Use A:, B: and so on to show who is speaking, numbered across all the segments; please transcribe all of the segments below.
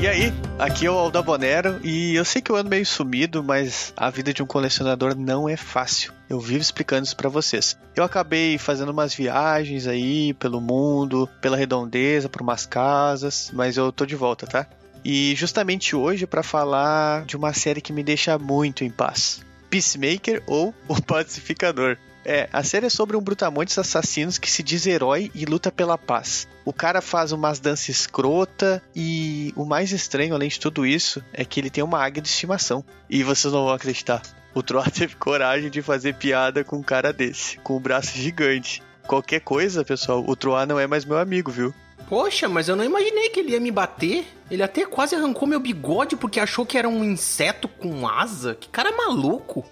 A: E aí, aqui é o Aldabonero e eu sei que eu ando meio sumido, mas a vida de um colecionador não é fácil. Eu vivo explicando isso para vocês. Eu acabei fazendo umas viagens aí pelo mundo, pela redondeza, por umas casas, mas eu tô de volta, tá? E justamente hoje é para falar de uma série que me deixa muito em paz. Peacemaker ou O Pacificador. É, a série é sobre um brutamontes assassinos que se diz herói e luta pela paz. O cara faz umas danças escrota e o mais estranho, além de tudo isso, é que ele tem uma águia de estimação. E vocês não vão acreditar. O Troy teve coragem de fazer piada com um cara desse, com um braço gigante. Qualquer coisa, pessoal, o Troá não é mais meu amigo, viu?
B: Poxa, mas eu não imaginei que ele ia me bater. Ele até quase arrancou meu bigode porque achou que era um inseto com asa. Que cara maluco.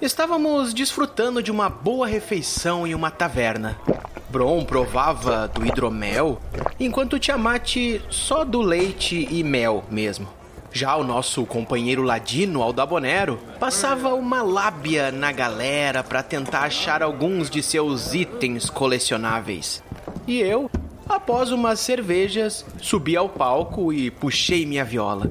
B: Estávamos desfrutando de uma boa refeição em uma taverna. Bron provava do hidromel, enquanto Tiamat só do leite e mel mesmo. Já o nosso companheiro ladino Aldabonero passava uma lábia na galera para tentar achar alguns de seus itens colecionáveis. E eu, após umas cervejas, subi ao palco e puxei minha viola.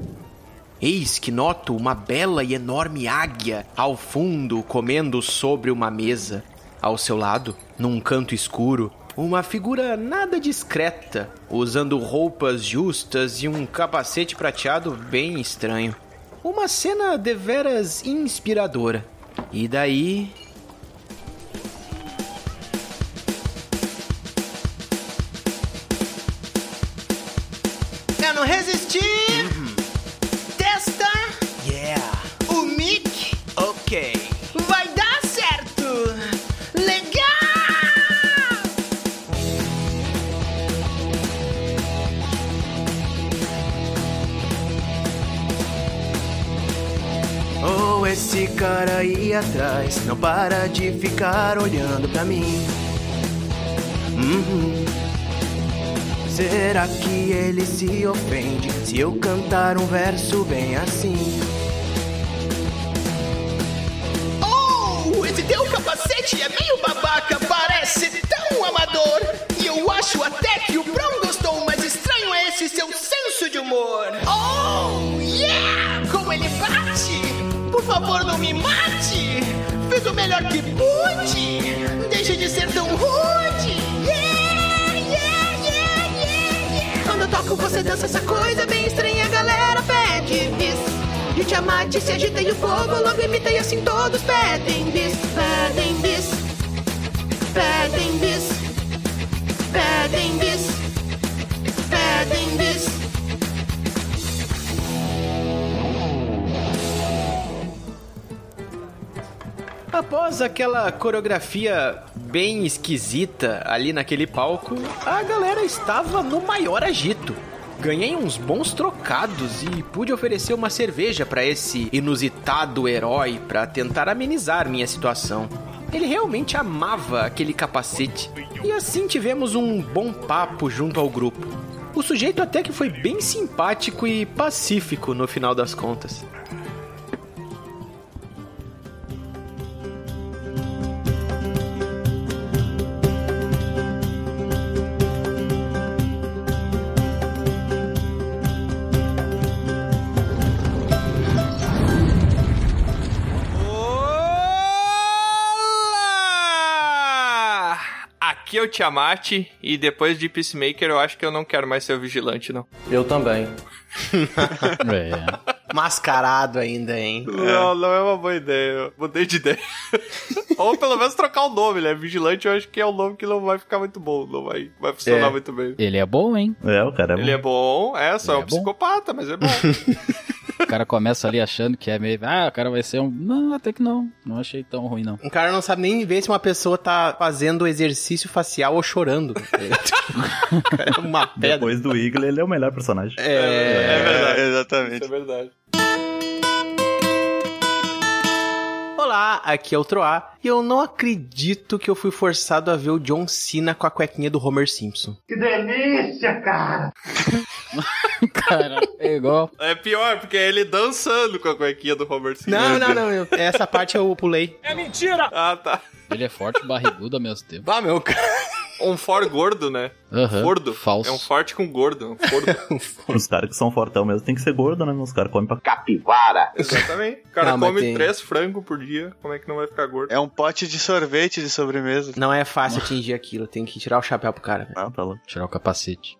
B: Eis que noto uma bela e enorme águia ao fundo comendo sobre uma mesa. Ao seu lado, num canto escuro, uma figura nada discreta, usando roupas justas e um capacete prateado bem estranho. Uma cena deveras inspiradora. E daí,
C: Eu não resisti! Testa!
B: yeah,
C: O mic
B: ok.
C: vai dar certo! Legal!
B: Oh, esse cara aí atrás não para de ficar olhando pra mim. Uhum. Será que ele se ofende se eu cantar um verso bem assim?
C: Oh, esse teu capacete é meio babaca, parece tão amador. E eu acho até que o Brown gostou, mas estranho é esse seu senso de humor. Oh, yeah! Como ele bate! Por favor, não me mate! Fiz o melhor que pude! Deixa de ser tão rude! Yeah, yeah, yeah, yeah, yeah! Quando eu toco, você dança essa coisa bem estranha, a galera pede bis. De Tiamat se agita e o fogo logo imita e assim todos pedem bis, pedem bis, pedem bis, pedem bis, pedem bis.
B: Após aquela coreografia bem esquisita ali naquele palco, a galera estava no maior agito. Ganhei uns bons trocados e pude oferecer uma cerveja para esse inusitado herói para tentar amenizar minha situação. Ele realmente amava aquele capacete. E assim tivemos um bom papo junto ao grupo. O sujeito até que foi bem simpático e pacífico no final das contas.
D: Olá! Aqui é o Tiamat e depois de Peacemaker eu acho que eu não quero mais ser o vigilante, não.
E: Eu também.
F: É.
B: Mascarado ainda, hein?
D: Não, não é uma boa ideia. Eu mudei de ideia. Ou pelo menos trocar o nome, né? Vigilante eu acho que é um nome que não vai ficar muito bom, não vai, vai funcionar
E: É.
D: muito bem.
F: Ele é bom, hein?
E: É, o cara é
D: Ele é bom, é, só é
F: Ele
D: um
F: é bom.
D: psicopata, mas é bom.
F: O cara começa ali achando que é meio. Ah, o cara vai ser um. Não, até que não. Não achei tão ruim, não.
B: Um cara não sabe nem ver se uma pessoa tá fazendo exercício facial ou chorando. tá O cara é uma pedra.
E: Depois do Eagle, ele é o melhor personagem.
B: É,
D: É verdade.
A: exatamente.
D: Isso é verdade.
B: Olá, aqui é o Troá. E eu não acredito que eu fui forçado a ver o John Cena com a cuequinha do Homer Simpson.
F: Cara, é igual.
D: É pior, porque é ele dançando com a cuequinha do Homer Simpson.
B: Não, não, não. eu- essa parte eu pulei.
D: Ah, tá.
F: Ele é forte e barrigudo ao mesmo tempo.
B: Ah, meu cara.
D: um for gordo, né?
F: Aham,
D: Gordo.
F: Falso.
D: É um forte com gordo. Um fordo.
E: Os caras que são fortão mesmo tem que ser gordo, né? Os caras comem pra
G: Capivara.
D: Exatamente. O cara
B: Não, mas
D: come
B: tem-
D: três frangos por dia. Como é que não vai ficar gordo?
A: É um pote de sorvete de sobremesa.
B: Não é fácil atingir aquilo, tem que tirar o chapéu pro cara. velho.
E: cá, tá lá.
F: Tirar o capacete.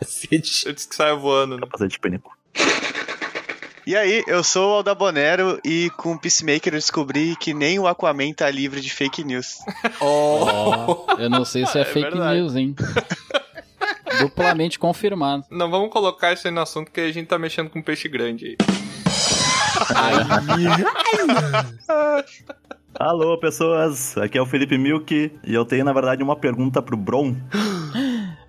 B: Cacete.
D: Antes que saia voando, né?
E: Fazer de penico.
A: E aí, eu sou o Aldabonero e com o Peacemaker eu descobri que nem o Aquaman tá livre de fake news.
F: Ó, eu não sei se é,
D: É
F: fake
D: verdade.
F: news, hein? Duplamente confirmado.
D: Não vamos colocar isso aí no assunto que a gente tá mexendo com peixe grande aí.
E: Alô, pessoas! Aqui é o Felipe Milk e eu tenho, na verdade, uma pergunta pro Bron.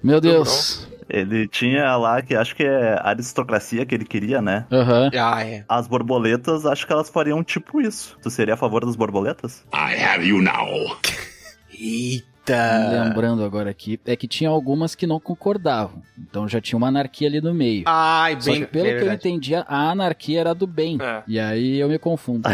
F: Meu Deus.
E: Ele tinha lá, que acho que é a aristocracia que ele queria, né?
F: Aham.
B: Ah, é.
E: As borboletas, acho que elas fariam tipo isso. Tu seria a favor das borboletas?
G: I have you now.
B: Eita.
F: Lembrando agora aqui, é que tinha algumas que não concordavam. Então já tinha uma anarquia ali no meio.
D: Ah,
B: Ai,
F: Só
B: bem,
F: que pelo
B: é
F: que eu
B: verdade.
F: entendi, a anarquia era do bem.
D: É.
F: E aí eu me confundo.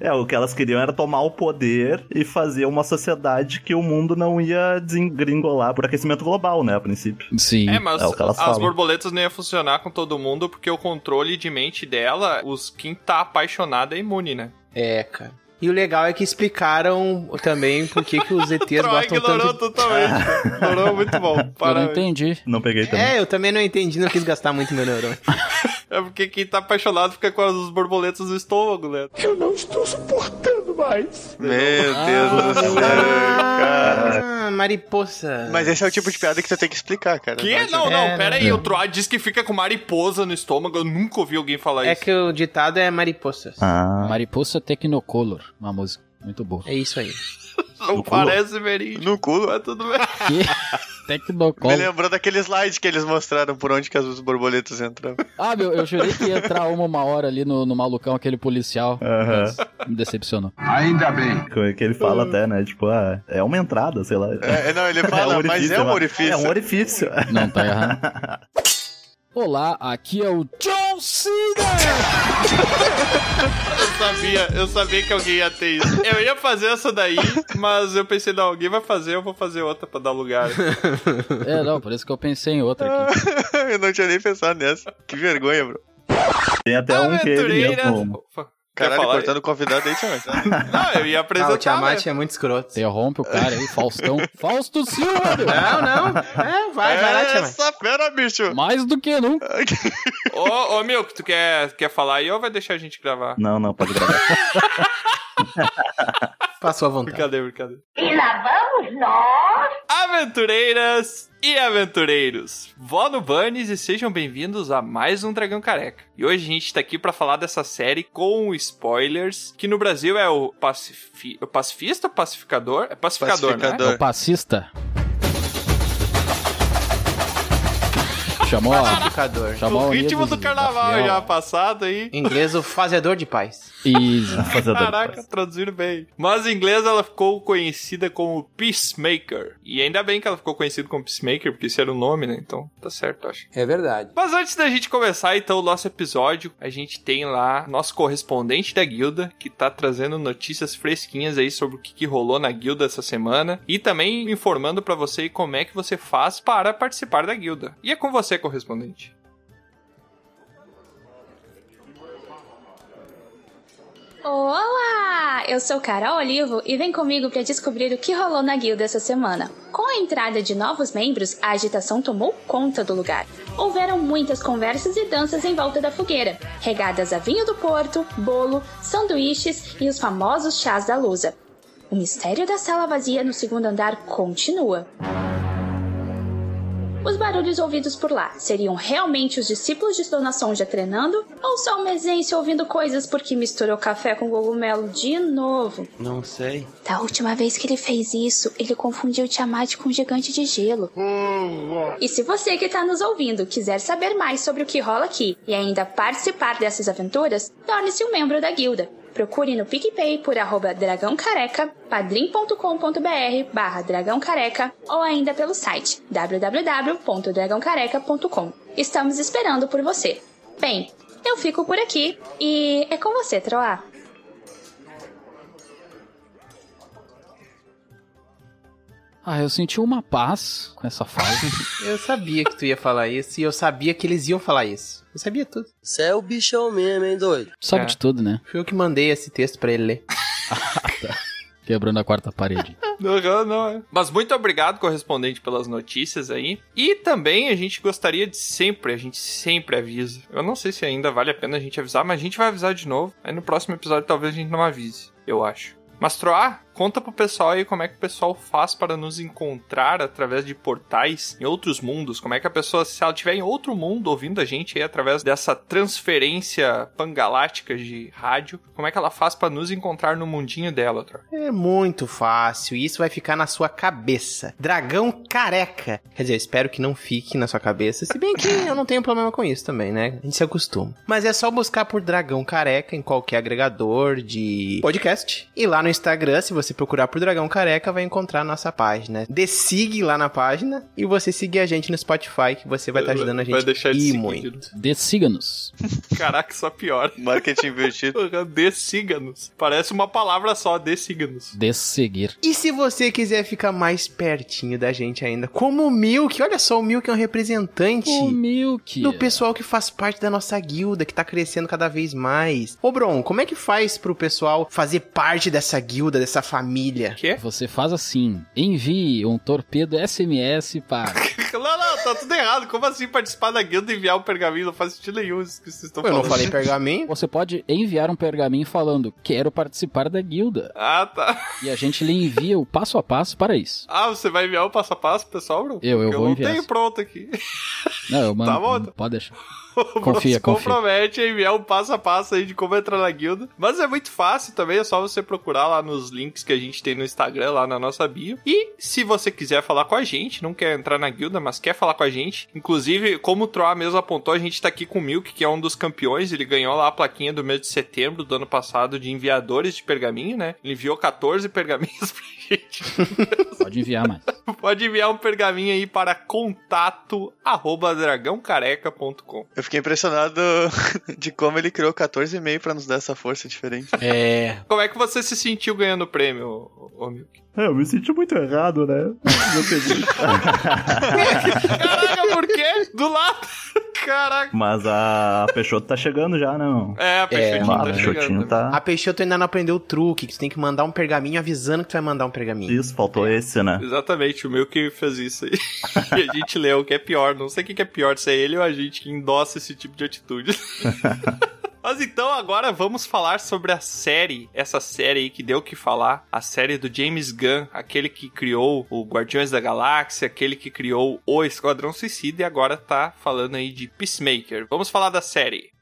E: É, o que elas queriam era tomar o poder e fazer uma sociedade que o mundo não ia desengringolar por aquecimento global, né, a princípio.
F: Sim.
D: É, mas
E: É o que elas
D: as
E: falam.
D: borboletas não iam funcionar com todo mundo, porque o controle de mente dela, os quem tá apaixonado é imune, né?
B: É, cara. E o legal é que explicaram também por que que os ETs
D: Troy
B: gostam
D: ignorou
B: tanto Ah.
D: totalmente. ignorou muito bom.
F: eu não
D: Parabéns.
F: entendi.
E: Não peguei
B: de...
E: também.
B: É, eu também não entendi, não quis gastar muito meu neurônio.
D: É porque quem tá apaixonado fica com as borboletas no estômago, né?
A: Meu Deus do céu.
B: Ah, mariposa.
A: Mas esse é o tipo de piada que tu tem que explicar, cara.
D: Que?
A: adianta.
D: Não, não,
B: É,
D: pera aí. O Troy diz que fica com mariposa no estômago. Eu nunca ouvi alguém falar
B: É
D: isso.
B: que o ditado é mariposa.
E: Ah,
F: Mariposa Tecnocolor, uma música muito boa.
B: É isso aí.
D: Não
E: No cu.
D: parece verídico.
A: No culo.
D: Mas tudo bem.
F: Que?
A: Me
F: Tecnocolor.
A: lembrou daquele slide que eles mostraram por onde que as borboletas entram.
F: Ah, meu, eu jurei que ia entrar uma uma hora ali no, no malucão, aquele policial.
D: É,
A: É,
E: Aham.
F: Mas me decepcionou.
E: como é que ele fala até, né? Tipo, ah, é uma entrada, sei lá.
A: É, é, não, ele fala, mas é um
E: uma-
A: orifício.
E: É um orifício.
F: Não, tá errado. Olá, aqui é o John Cena!
D: Eu sabia, eu sabia que alguém ia ter isso. Eu ia fazer essa daí, mas eu pensei, não, alguém vai fazer, eu vou fazer outra pra dar lugar.
F: É, não, por isso que eu pensei em outra
D: É.
F: aqui.
A: Eu não tinha nem pensado nessa. Que vergonha, bro.
E: Tem até um que ele mesmo.
D: Opa. Quer
A: Caralho,
D: falar?
A: cortando o convidado aí, Tiamat.
D: Não, eu ia
B: Ah,
D: apresentar.
B: o Tiamat
D: né?
B: é muito escroto.
F: Interrompe o cara aí, Faustão. Fausto Silva! meu!
B: Não, não. É, vai, vai lá, Tiamat.
A: Essa fera, bicho.
F: Mais do que nunca.
D: Ô, ô Milk, tu quer, quer falar aí ou vai deixar a gente gravar?
E: Não, não, pode gravar.
B: Passou a vontade.
D: Brincadeira, brincadeira.
H: E lá vamos nós!
D: Aventureiras e aventureiros, vó no Burns e sejam bem-vindos a mais um Dragão Careca. E hoje a gente tá aqui pra falar dessa série com spoilers, que no Brasil é o pacifi... é o pacifista, pacificador? É pacificador,
A: Pacificador.
D: né?
F: É o passista. Chamou a,
B: Educador.
F: chamou Tá a
D: o ritmo
F: Unidos
D: do
F: da
D: carnaval
F: Fiel.
D: já passado aí.
B: Em inglês, o fazedor de paz.
F: Isso.
E: Fazer
D: Caraca, traduziram bem. Mas em inglês ela ficou conhecida como Peacemaker. E ainda bem que ela ficou conhecida como Peacemaker, porque esse era o nome, né? Então tá certo, eu acho.
B: É verdade.
D: Mas antes da gente começar, então, o nosso episódio, a gente tem lá nosso correspondente da guilda, que tá trazendo notícias fresquinhas aí sobre o que, que rolou na guilda essa semana. E também informando pra você como é que você faz para participar da guilda. E é com você, correspondente.
H: Olá! Eu sou Carol Olivo e vem comigo para descobrir o que rolou na guilda essa semana. Com a entrada de novos membros, a agitação tomou conta do lugar. Houveram muitas conversas e danças em volta da fogueira, regadas a vinho do Porto, bolo, sanduíches e os famosos chás da lusa. O mistério da sala vazia no segundo andar continua. Os barulhos ouvidos por lá seriam realmente os discípulos de Dona Sonja treinando ou só o mesense ouvindo coisas porque misturou café com cogumelo de novo?
B: Não sei.
H: Da última vez que ele fez isso, ele confundiu Tiamat com um gigante de gelo. E se você que está nos ouvindo quiser saber mais sobre o que rola aqui e ainda participar dessas aventuras, torne-se um membro da guilda. Procure no PicPay por arroba Dragão Careca, padrim.com.br barra Dragão Careca ou ainda pelo site www.dragãocareca.com. Estamos esperando por você. Bem, eu fico por aqui e é com você, Troá.
F: Ah, eu senti uma paz com essa fase.
B: Eu sabia que tu ia falar isso e eu sabia que eles iam falar isso. Eu sabia tudo.
I: Você é o bichão mesmo, hein, doido?
F: Sabe
D: É.
F: de tudo, né?
B: Fui eu que mandei esse texto pra ele ler.
F: Quebrando a quarta parede.
D: Não, não, não, é. Mas muito obrigado, correspondente, pelas notícias aí. E também a gente gostaria de sempre, a gente sempre avisa. Eu não sei se ainda vale a pena a gente avisar, mas a gente vai avisar de novo. Aí no próximo episódio talvez a gente não avise, eu acho. Mas Troá, conta pro pessoal aí como é que o pessoal faz para nos encontrar através de portais em outros mundos. Como é que a pessoa, se ela estiver em outro mundo ouvindo a gente aí através dessa transferência pangaláctica de rádio, como é que ela faz para nos encontrar no mundinho dela, Troá?
B: É muito fácil e isso vai ficar na sua cabeça. Dragão careca. Quer dizer, eu espero que não fique na sua cabeça, se bem que eu não tenho problema com isso também, né? A gente se acostuma. Mas é só buscar por Dragão Careca em qualquer agregador de podcast. E lá no Instagram, se você procurar por Dragão Careca, vai encontrar a nossa página. Desigue lá na página e você seguir a gente no Spotify, que você vai estar ajudando a gente
D: Vai deixar de
B: e
D: seguir,
B: muito.
F: Desiga-nos.
D: Caraca, só pior.
A: Marketing invertido.
D: Deciganos. Parece uma palavra só, deciganos.
F: Desseguir.
B: E se você quiser ficar mais pertinho da gente ainda, como o Milk, olha só, o Milk é um representante
F: O Milk.
B: do pessoal que faz parte da nossa guilda, que tá crescendo cada vez mais. Ô, Bron, como é que faz pro pessoal fazer parte dessa guilda, dessa família?
D: Quê?
F: Você faz assim. Envie um torpedo SMS para...
D: Não, não, tá tudo errado. Como assim participar da guilda e enviar o pergaminho? Não faz sentido nenhum isso que vocês estão
B: Eu
D: falando.
B: não falei
F: assim.
B: pergaminho?
F: Você pode enviar um pergaminho falando quero participar da guilda.
D: Ah, tá.
F: E a gente lhe envia o passo a passo para isso.
D: Ah, você vai enviar o passo a passo, pro pessoal, Bruno?
F: Eu- eu
D: Porque
F: vou
D: não
F: enviar
D: tenho
F: sim.
D: pronto aqui.
F: Não, eu mando.
D: Tá bom.
F: Pode deixar.
D: O Bruno
F: Confia,
D: se
F: confia.
D: compromete a enviar um passo a passo aí de como entrar na guilda. Mas é muito fácil também, é só você procurar lá nos links que a gente tem no Instagram, lá na nossa bio. E se você quiser falar com a gente, não quer entrar na guilda, mas quer falar com a gente, inclusive, como o Troá mesmo apontou, a gente tá aqui com o Milk, que é um dos campeões, ele ganhou lá a plaquinha do mês de setembro do ano passado de enviadores de pergaminho, né? Ele enviou 14 pergaminhos pra gente.
F: Pode enviar mais.
D: Pode enviar um pergaminho aí para contato arroba dragãocareca.com.
A: Eu fiquei impressionado de como ele criou 14,5 pra nos dar essa força diferente.
B: É.
D: Como é que você se sentiu ganhando o prêmio, ô- ô Milk?
E: É, eu me senti muito errado, né? Eu pedi.
D: Caraca, por quê? Do lado. Caraca.
E: Mas a Peixoto tá chegando já, né? Não?
D: É, a Peixotinho
E: Ah,
D: tá
E: a
D: chegando.
E: Peixotinho
D: também.
B: A
E: tá.
B: Peixoto ainda não aprendeu o truque, que tu tem que mandar um pergaminho avisando que tu vai mandar um pergaminho.
E: Isso, faltou
D: É.
E: esse, né?
D: Exatamente, o Milk fez isso aí. e a gente leu o que é pior. Não sei o que que é pior, se é ele ou a gente que endossa esse tipo de atitude. Mas então agora vamos falar sobre a série, essa série aí que deu o que falar, a série do James Gunn, aquele que criou o Guardiões da Galáxia, aquele que criou o Esquadrão Suicida e agora tá falando aí de Peacemaker. Vamos falar da série.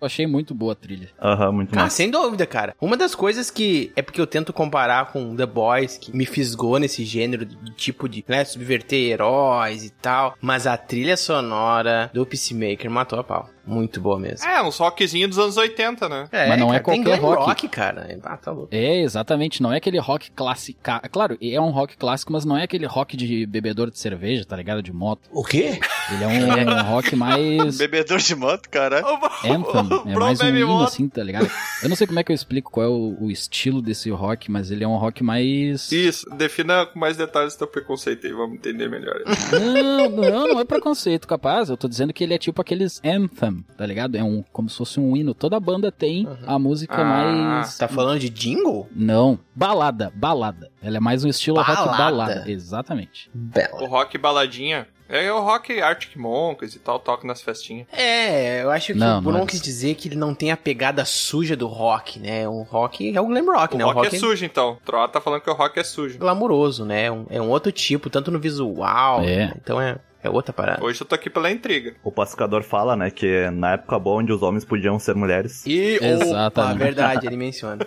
F: Eu achei muito boa a trilha.
E: Aham, muito
B: Ah,
E: mais.
B: sem dúvida, cara. Uma das coisas que é porque eu tento comparar com The Boys, que me fisgou nesse gênero de tipo de, né, subverter heróis e tal, mas a trilha sonora do Peacemaker matou a pau. Muito boa mesmo.
D: É, um rockzinho dos anos 80, né?
F: Mas não é
B: cara, tem
F: qualquer
B: glam
F: rock.
B: cara. Ah, tá louco.
F: É, exatamente. Não é aquele rock clássico. Claro, é um rock clássico, mas não é aquele rock de bebedor de cerveja, tá ligado? De moto.
I: O quê?
F: Ele é um, um rock mais.
A: Bebedor de moto, cara.
D: É, O,
F: Anthem, é
D: Bro
F: mais um
D: Baby
F: hino,
D: Moto.
F: assim, tá ligado? Eu não sei como é que eu explico qual é o, o estilo desse rock, mas ele é um rock mais.
D: Isso, defina com mais detalhes teu preconceito aí, vamos entender melhor.
F: Não, não, não é preconceito, capaz. Eu tô dizendo que ele é tipo aqueles anthem, tá ligado? É um como se fosse um hino. Toda banda tem a música
D: Ah,
F: mais.
B: Tá falando de jingle?
F: Não, balada, balada. Ela é mais um estilo rock
B: Balada.
F: balada. Exatamente.
D: O
B: Bela.
D: rock baladinha. É o rock Arctic Monkeys e tal, toca nas festinhas.
B: É, eu acho que
F: Não,
B: o
F: não
B: Bruno
F: é
B: quis
F: isso.
B: dizer que ele não tem a pegada suja do rock, né? O rock é o glam rock,
D: O
B: né?
D: rock, é sujo, então. Troa tá falando que o rock é sujo.
B: glamouroso, né? É um- É um outro tipo, tanto no visual.
F: É.
B: né? Então é, é outra parada.
D: Hoje eu tô aqui pela intriga.
E: O pacificador fala, né, que na época boa onde os homens podiam ser mulheres.
B: E opa,
F: Exatamente.
B: verdade, ele menciona.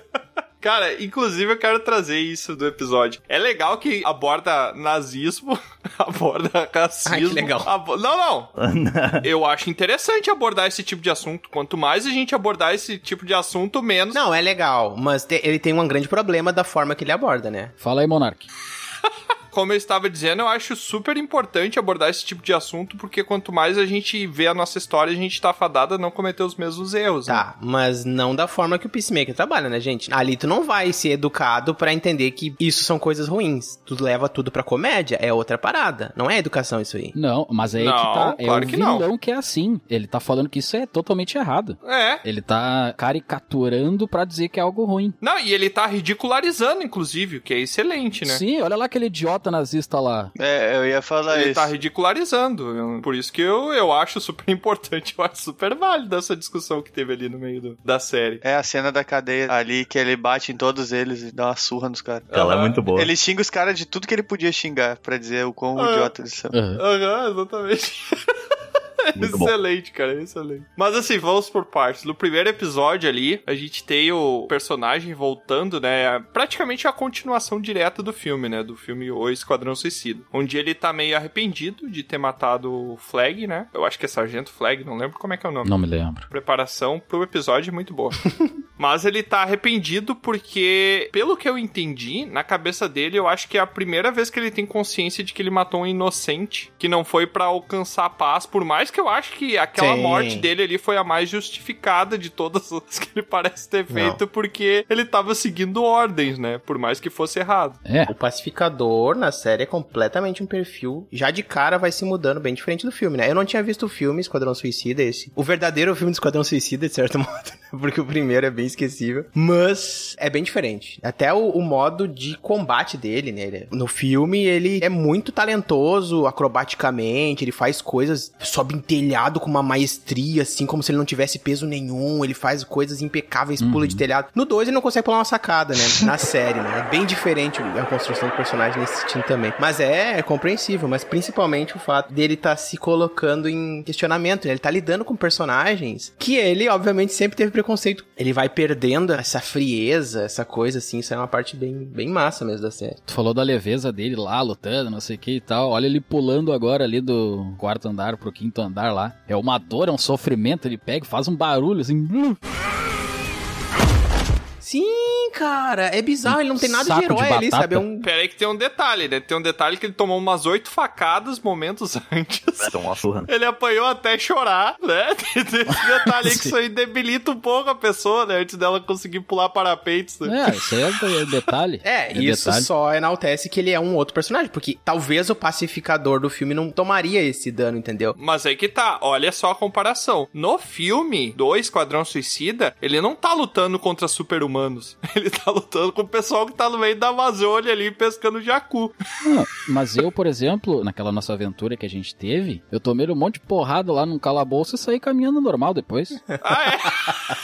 D: Cara, inclusive eu quero trazer isso do episódio. É legal que aborda nazismo, aborda racismo.
B: Ai, que legal.
D: abo- Não, não. eu acho interessante abordar esse tipo de assunto. Quanto mais a gente abordar esse tipo de assunto, menos.
B: Não, é legal, mas te- ele tem um grande problema da forma que ele aborda, né?
F: Fala aí, Monark.
D: como eu estava dizendo, eu acho super importante abordar esse tipo de assunto, porque quanto mais a gente vê a nossa história, a gente tá fadado a não cometer os mesmos erros. né?
B: Tá, mas não da forma que o Peacemaker trabalha, né, gente? Ali tu não vai ser educado pra entender que isso são coisas ruins. Tu leva tudo pra comédia, é outra parada. Não é educação isso aí.
F: Não, mas aí que
D: Não,
F: tá. É
D: claro
F: o
D: que não.
F: vilão que é assim. Ele tá falando que isso é totalmente errado.
D: É.
F: Ele tá caricaturando pra dizer que é algo ruim.
D: Não, e ele tá ridicularizando, inclusive, o que é excelente, né?
F: Sim, olha lá aquele idiota nazista lá.
A: É, eu ia falar
D: Ele
A: isso.
D: tá ridicularizando. Eu- Por isso que eu, eu acho super importante, eu acho super válido essa discussão que teve ali no meio do- da série.
A: É a cena da cadeia ali que ele bate em todos eles e dá uma surra nos caras.
E: Ela é
D: Aham.
E: muito boa.
A: Ele xinga os caras de tudo que ele podia xingar pra dizer o quão
D: Ah.
A: idiota eles são.
D: Aham, exatamente.
E: né? Muito bom.
D: excelente, cara, excelente. Mas assim, vamos por partes. No primeiro episódio ali, a gente tem o personagem voltando, né? Praticamente a continuação direta do filme, né? Do filme O Esquadrão Suicida. Onde ele tá meio arrependido de ter matado o Flag, né? Eu acho que é Sargento Flag, não lembro como é que é o nome.
F: Não me lembro.
D: Preparação pro episódio é muito boa. Mas ele tá arrependido porque, pelo que eu entendi, na cabeça dele, eu acho que é a primeira vez que ele tem consciência de que ele matou um inocente, que não foi pra alcançar a paz, por mais que eu acho que aquela
B: Sim.
D: morte dele ali foi a mais justificada de todas as que ele parece ter feito, porque ele tava seguindo ordens, né? Por mais que fosse errado.
F: É.
B: O pacificador na série é completamente um perfil. Já de cara vai se mudando, bem diferente do filme, né? Eu não tinha visto o filme Esquadrão Suicida, esse. O verdadeiro filme do Esquadrão Suicida, de certo modo, né? porque o primeiro é bem esquecível. Mas é bem diferente. Até o, o modo de combate dele, né? Ele- No filme, ele é muito talentoso acrobaticamente, ele faz coisas, sobe em telhado com uma maestria, assim, como se ele não tivesse peso nenhum. Ele faz coisas impecáveis, pula de telhado. No 2 ele não consegue pular uma sacada, né? Na série, né? É bem diferente a construção do personagem nesse sentido também. Mas é, é compreensível, mas principalmente o fato dele estar se colocando em questionamento, né? Ele tá lidando com personagens que ele, obviamente, sempre teve preconceito. Ele vai perdendo essa frieza, essa coisa, assim. Isso é uma parte bem, bem massa mesmo da série.
F: Tu falou da leveza dele lá, lutando, não sei o que e tal. Olha ele pulando agora ali do quarto andar pro quinto andar lá. É uma dor, é um sofrimento. Ele pega, e faz um barulho assim. blum.
B: Sim, cara, é bizarro, ele não tem nada
F: Saco
B: de
F: de
B: herói ali,
F: batata.
B: sabe? É um
D: Pera aí que tem um detalhe, né? Tem um detalhe que ele tomou umas oito facadas momentos antes.
E: Então, uma surra.
D: Ele apanhou até chorar, né? Tem Esse detalhe aí que
F: Sim.
D: isso aí debilita um pouco a pessoa, né? Antes dela conseguir pular parapeitos. né?
F: É, isso aí é de- é detalhe.
B: É, isso
F: detalhe.
B: só enaltece que ele é um outro personagem, porque talvez o pacificador do filme não tomaria esse dano, entendeu?
D: Mas aí que tá, olha só a comparação. No filme do Esquadrão Suicida, ele não tá lutando contra super-humanos. Ele tá lutando com o pessoal que tá no meio da Amazônia ali pescando jacu.
F: Não, mas eu, por exemplo, naquela nossa aventura que a gente teve, eu tomei um monte de porrada lá num calabouço e saí caminhando normal depois.
D: Ah, é?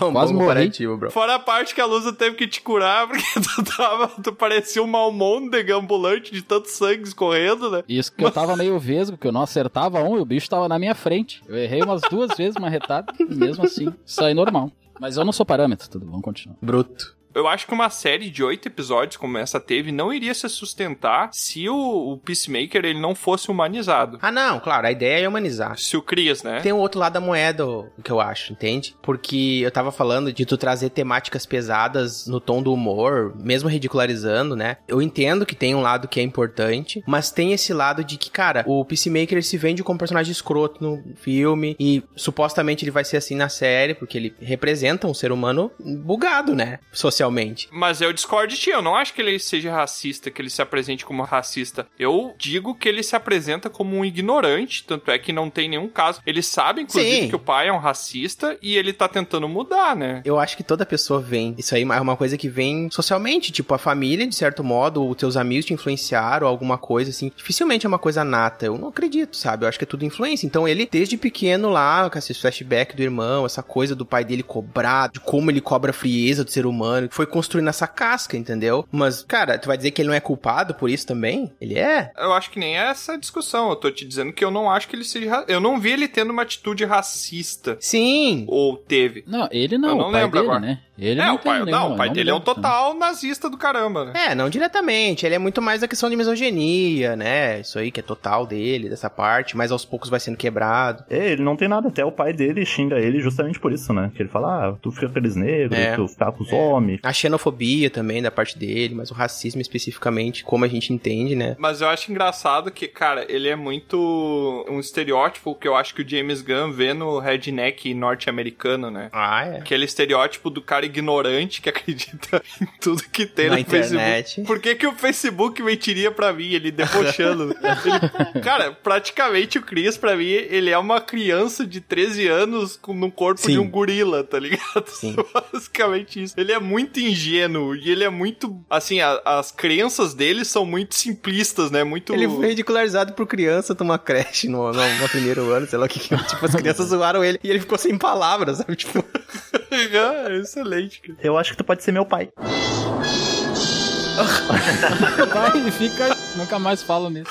B: É um
F: Quase
B: bom
F: morri.
B: comparativo, bro.
D: Fora a parte que a Lusa teve que te curar, porque tu, tava, tu parecia um malmôndega ambulante de tanto sangue escorrendo, né?
F: Isso que eu tava meio vesgo, que eu não acertava um e o bicho tava na minha frente. Eu errei umas duas vezes uma retada, e mesmo assim, saí normal. Mas eu não sou parâmetro, tudo, vamos continuar.
B: Bruto.
D: Eu acho que uma série de oito episódios como essa teve não iria se sustentar se o, o Peacemaker ele não fosse humanizado.
B: Ah, não, claro, a ideia é humanizar.
D: Se o Chris, né?
B: Tem o outro lado da moeda, o que eu acho, entende? Porque eu tava falando de tu trazer temáticas pesadas no tom do humor, mesmo ridicularizando, né? Eu entendo que tem um lado que é importante, mas tem esse lado de que, cara, o Peacemaker ele se vende como personagem escroto no filme e supostamente ele vai ser assim na série, porque ele representa um ser humano bugado, né? Socialmente.
D: Mas eu discordo de ti, eu não acho que ele seja racista, que ele se apresente como racista. Eu digo que ele se apresenta como um ignorante, tanto é que não tem nenhum caso. Ele sabe, inclusive,
B: Sim.
D: que o pai é um racista e ele tá tentando mudar, né?
B: Eu acho que toda pessoa vem. Isso aí é uma coisa que vem socialmente, tipo a família, de certo modo, ou teus amigos te influenciaram, alguma coisa assim. Dificilmente é uma coisa nata. Eu não acredito, sabe? Eu acho que é tudo influência. Então ele, desde pequeno lá, com esse flashback do irmão, essa coisa do pai dele cobrar, de como ele cobra a frieza do ser humano, foi construindo essa casca, entendeu? Mas, cara, tu vai dizer que ele não é culpado por isso também? Ele é?
D: Eu acho que nem é essa discussão. Eu tô te dizendo que eu não acho que ele seja. ra- Eu não vi ele tendo uma atitude racista.
B: Sim!
D: Ou teve.
F: Não, ele
D: Eu
F: não,
D: não
F: o pai
D: lembro
F: dele,
D: agora.
F: né? Ele
D: é,
F: não
D: o
F: tem
D: pai,
F: nenhuma,
D: não, o pai
F: não
D: dele é um
F: lembro.
D: total nazista do caramba, né?
B: É, não diretamente. Ele é muito mais da questão de misoginia, né? Isso aí que é total dele, dessa parte, mas aos poucos vai sendo quebrado.
E: É, ele não tem nada. Até o pai dele xinga ele justamente por isso, né? Que ele fala, ah, tu fica com eles negros,
B: É.
E: tu fica com os homens.
B: A xenofobia também da parte dele, mas o racismo especificamente, como a gente entende, né?
D: Mas eu acho engraçado que, cara, ele é muito um estereótipo que eu acho que o James Gunn vê no redneck norte-americano, né?
B: Ah, é.
D: Aquele estereótipo do cara ignorante que acredita em tudo que tem
B: Na
D: no
B: internet.
D: Facebook. Por que, que o Facebook mentiria pra mim? Ele debochando. Ele- cara, praticamente o Chris, pra mim, ele é uma criança de 13 anos com, no corpo
B: Sim.
D: de um gorila, tá ligado?
B: Sim.
D: Basicamente isso. Ele é muito ingênuo e ele é muito. Assim, a- as crenças dele são muito simplistas, né? Muito.
B: Ele foi ridicularizado por criança numa creche no, no- no primeiro ano, sei lá o que que. Tipo, as crianças zoaram ele e ele ficou sem palavras, sabe? Tipo,
D: Ah, Excelente, cara.
E: Eu acho que tu pode ser meu pai.
F: Vai, ele fica. Nunca mais fala nisso.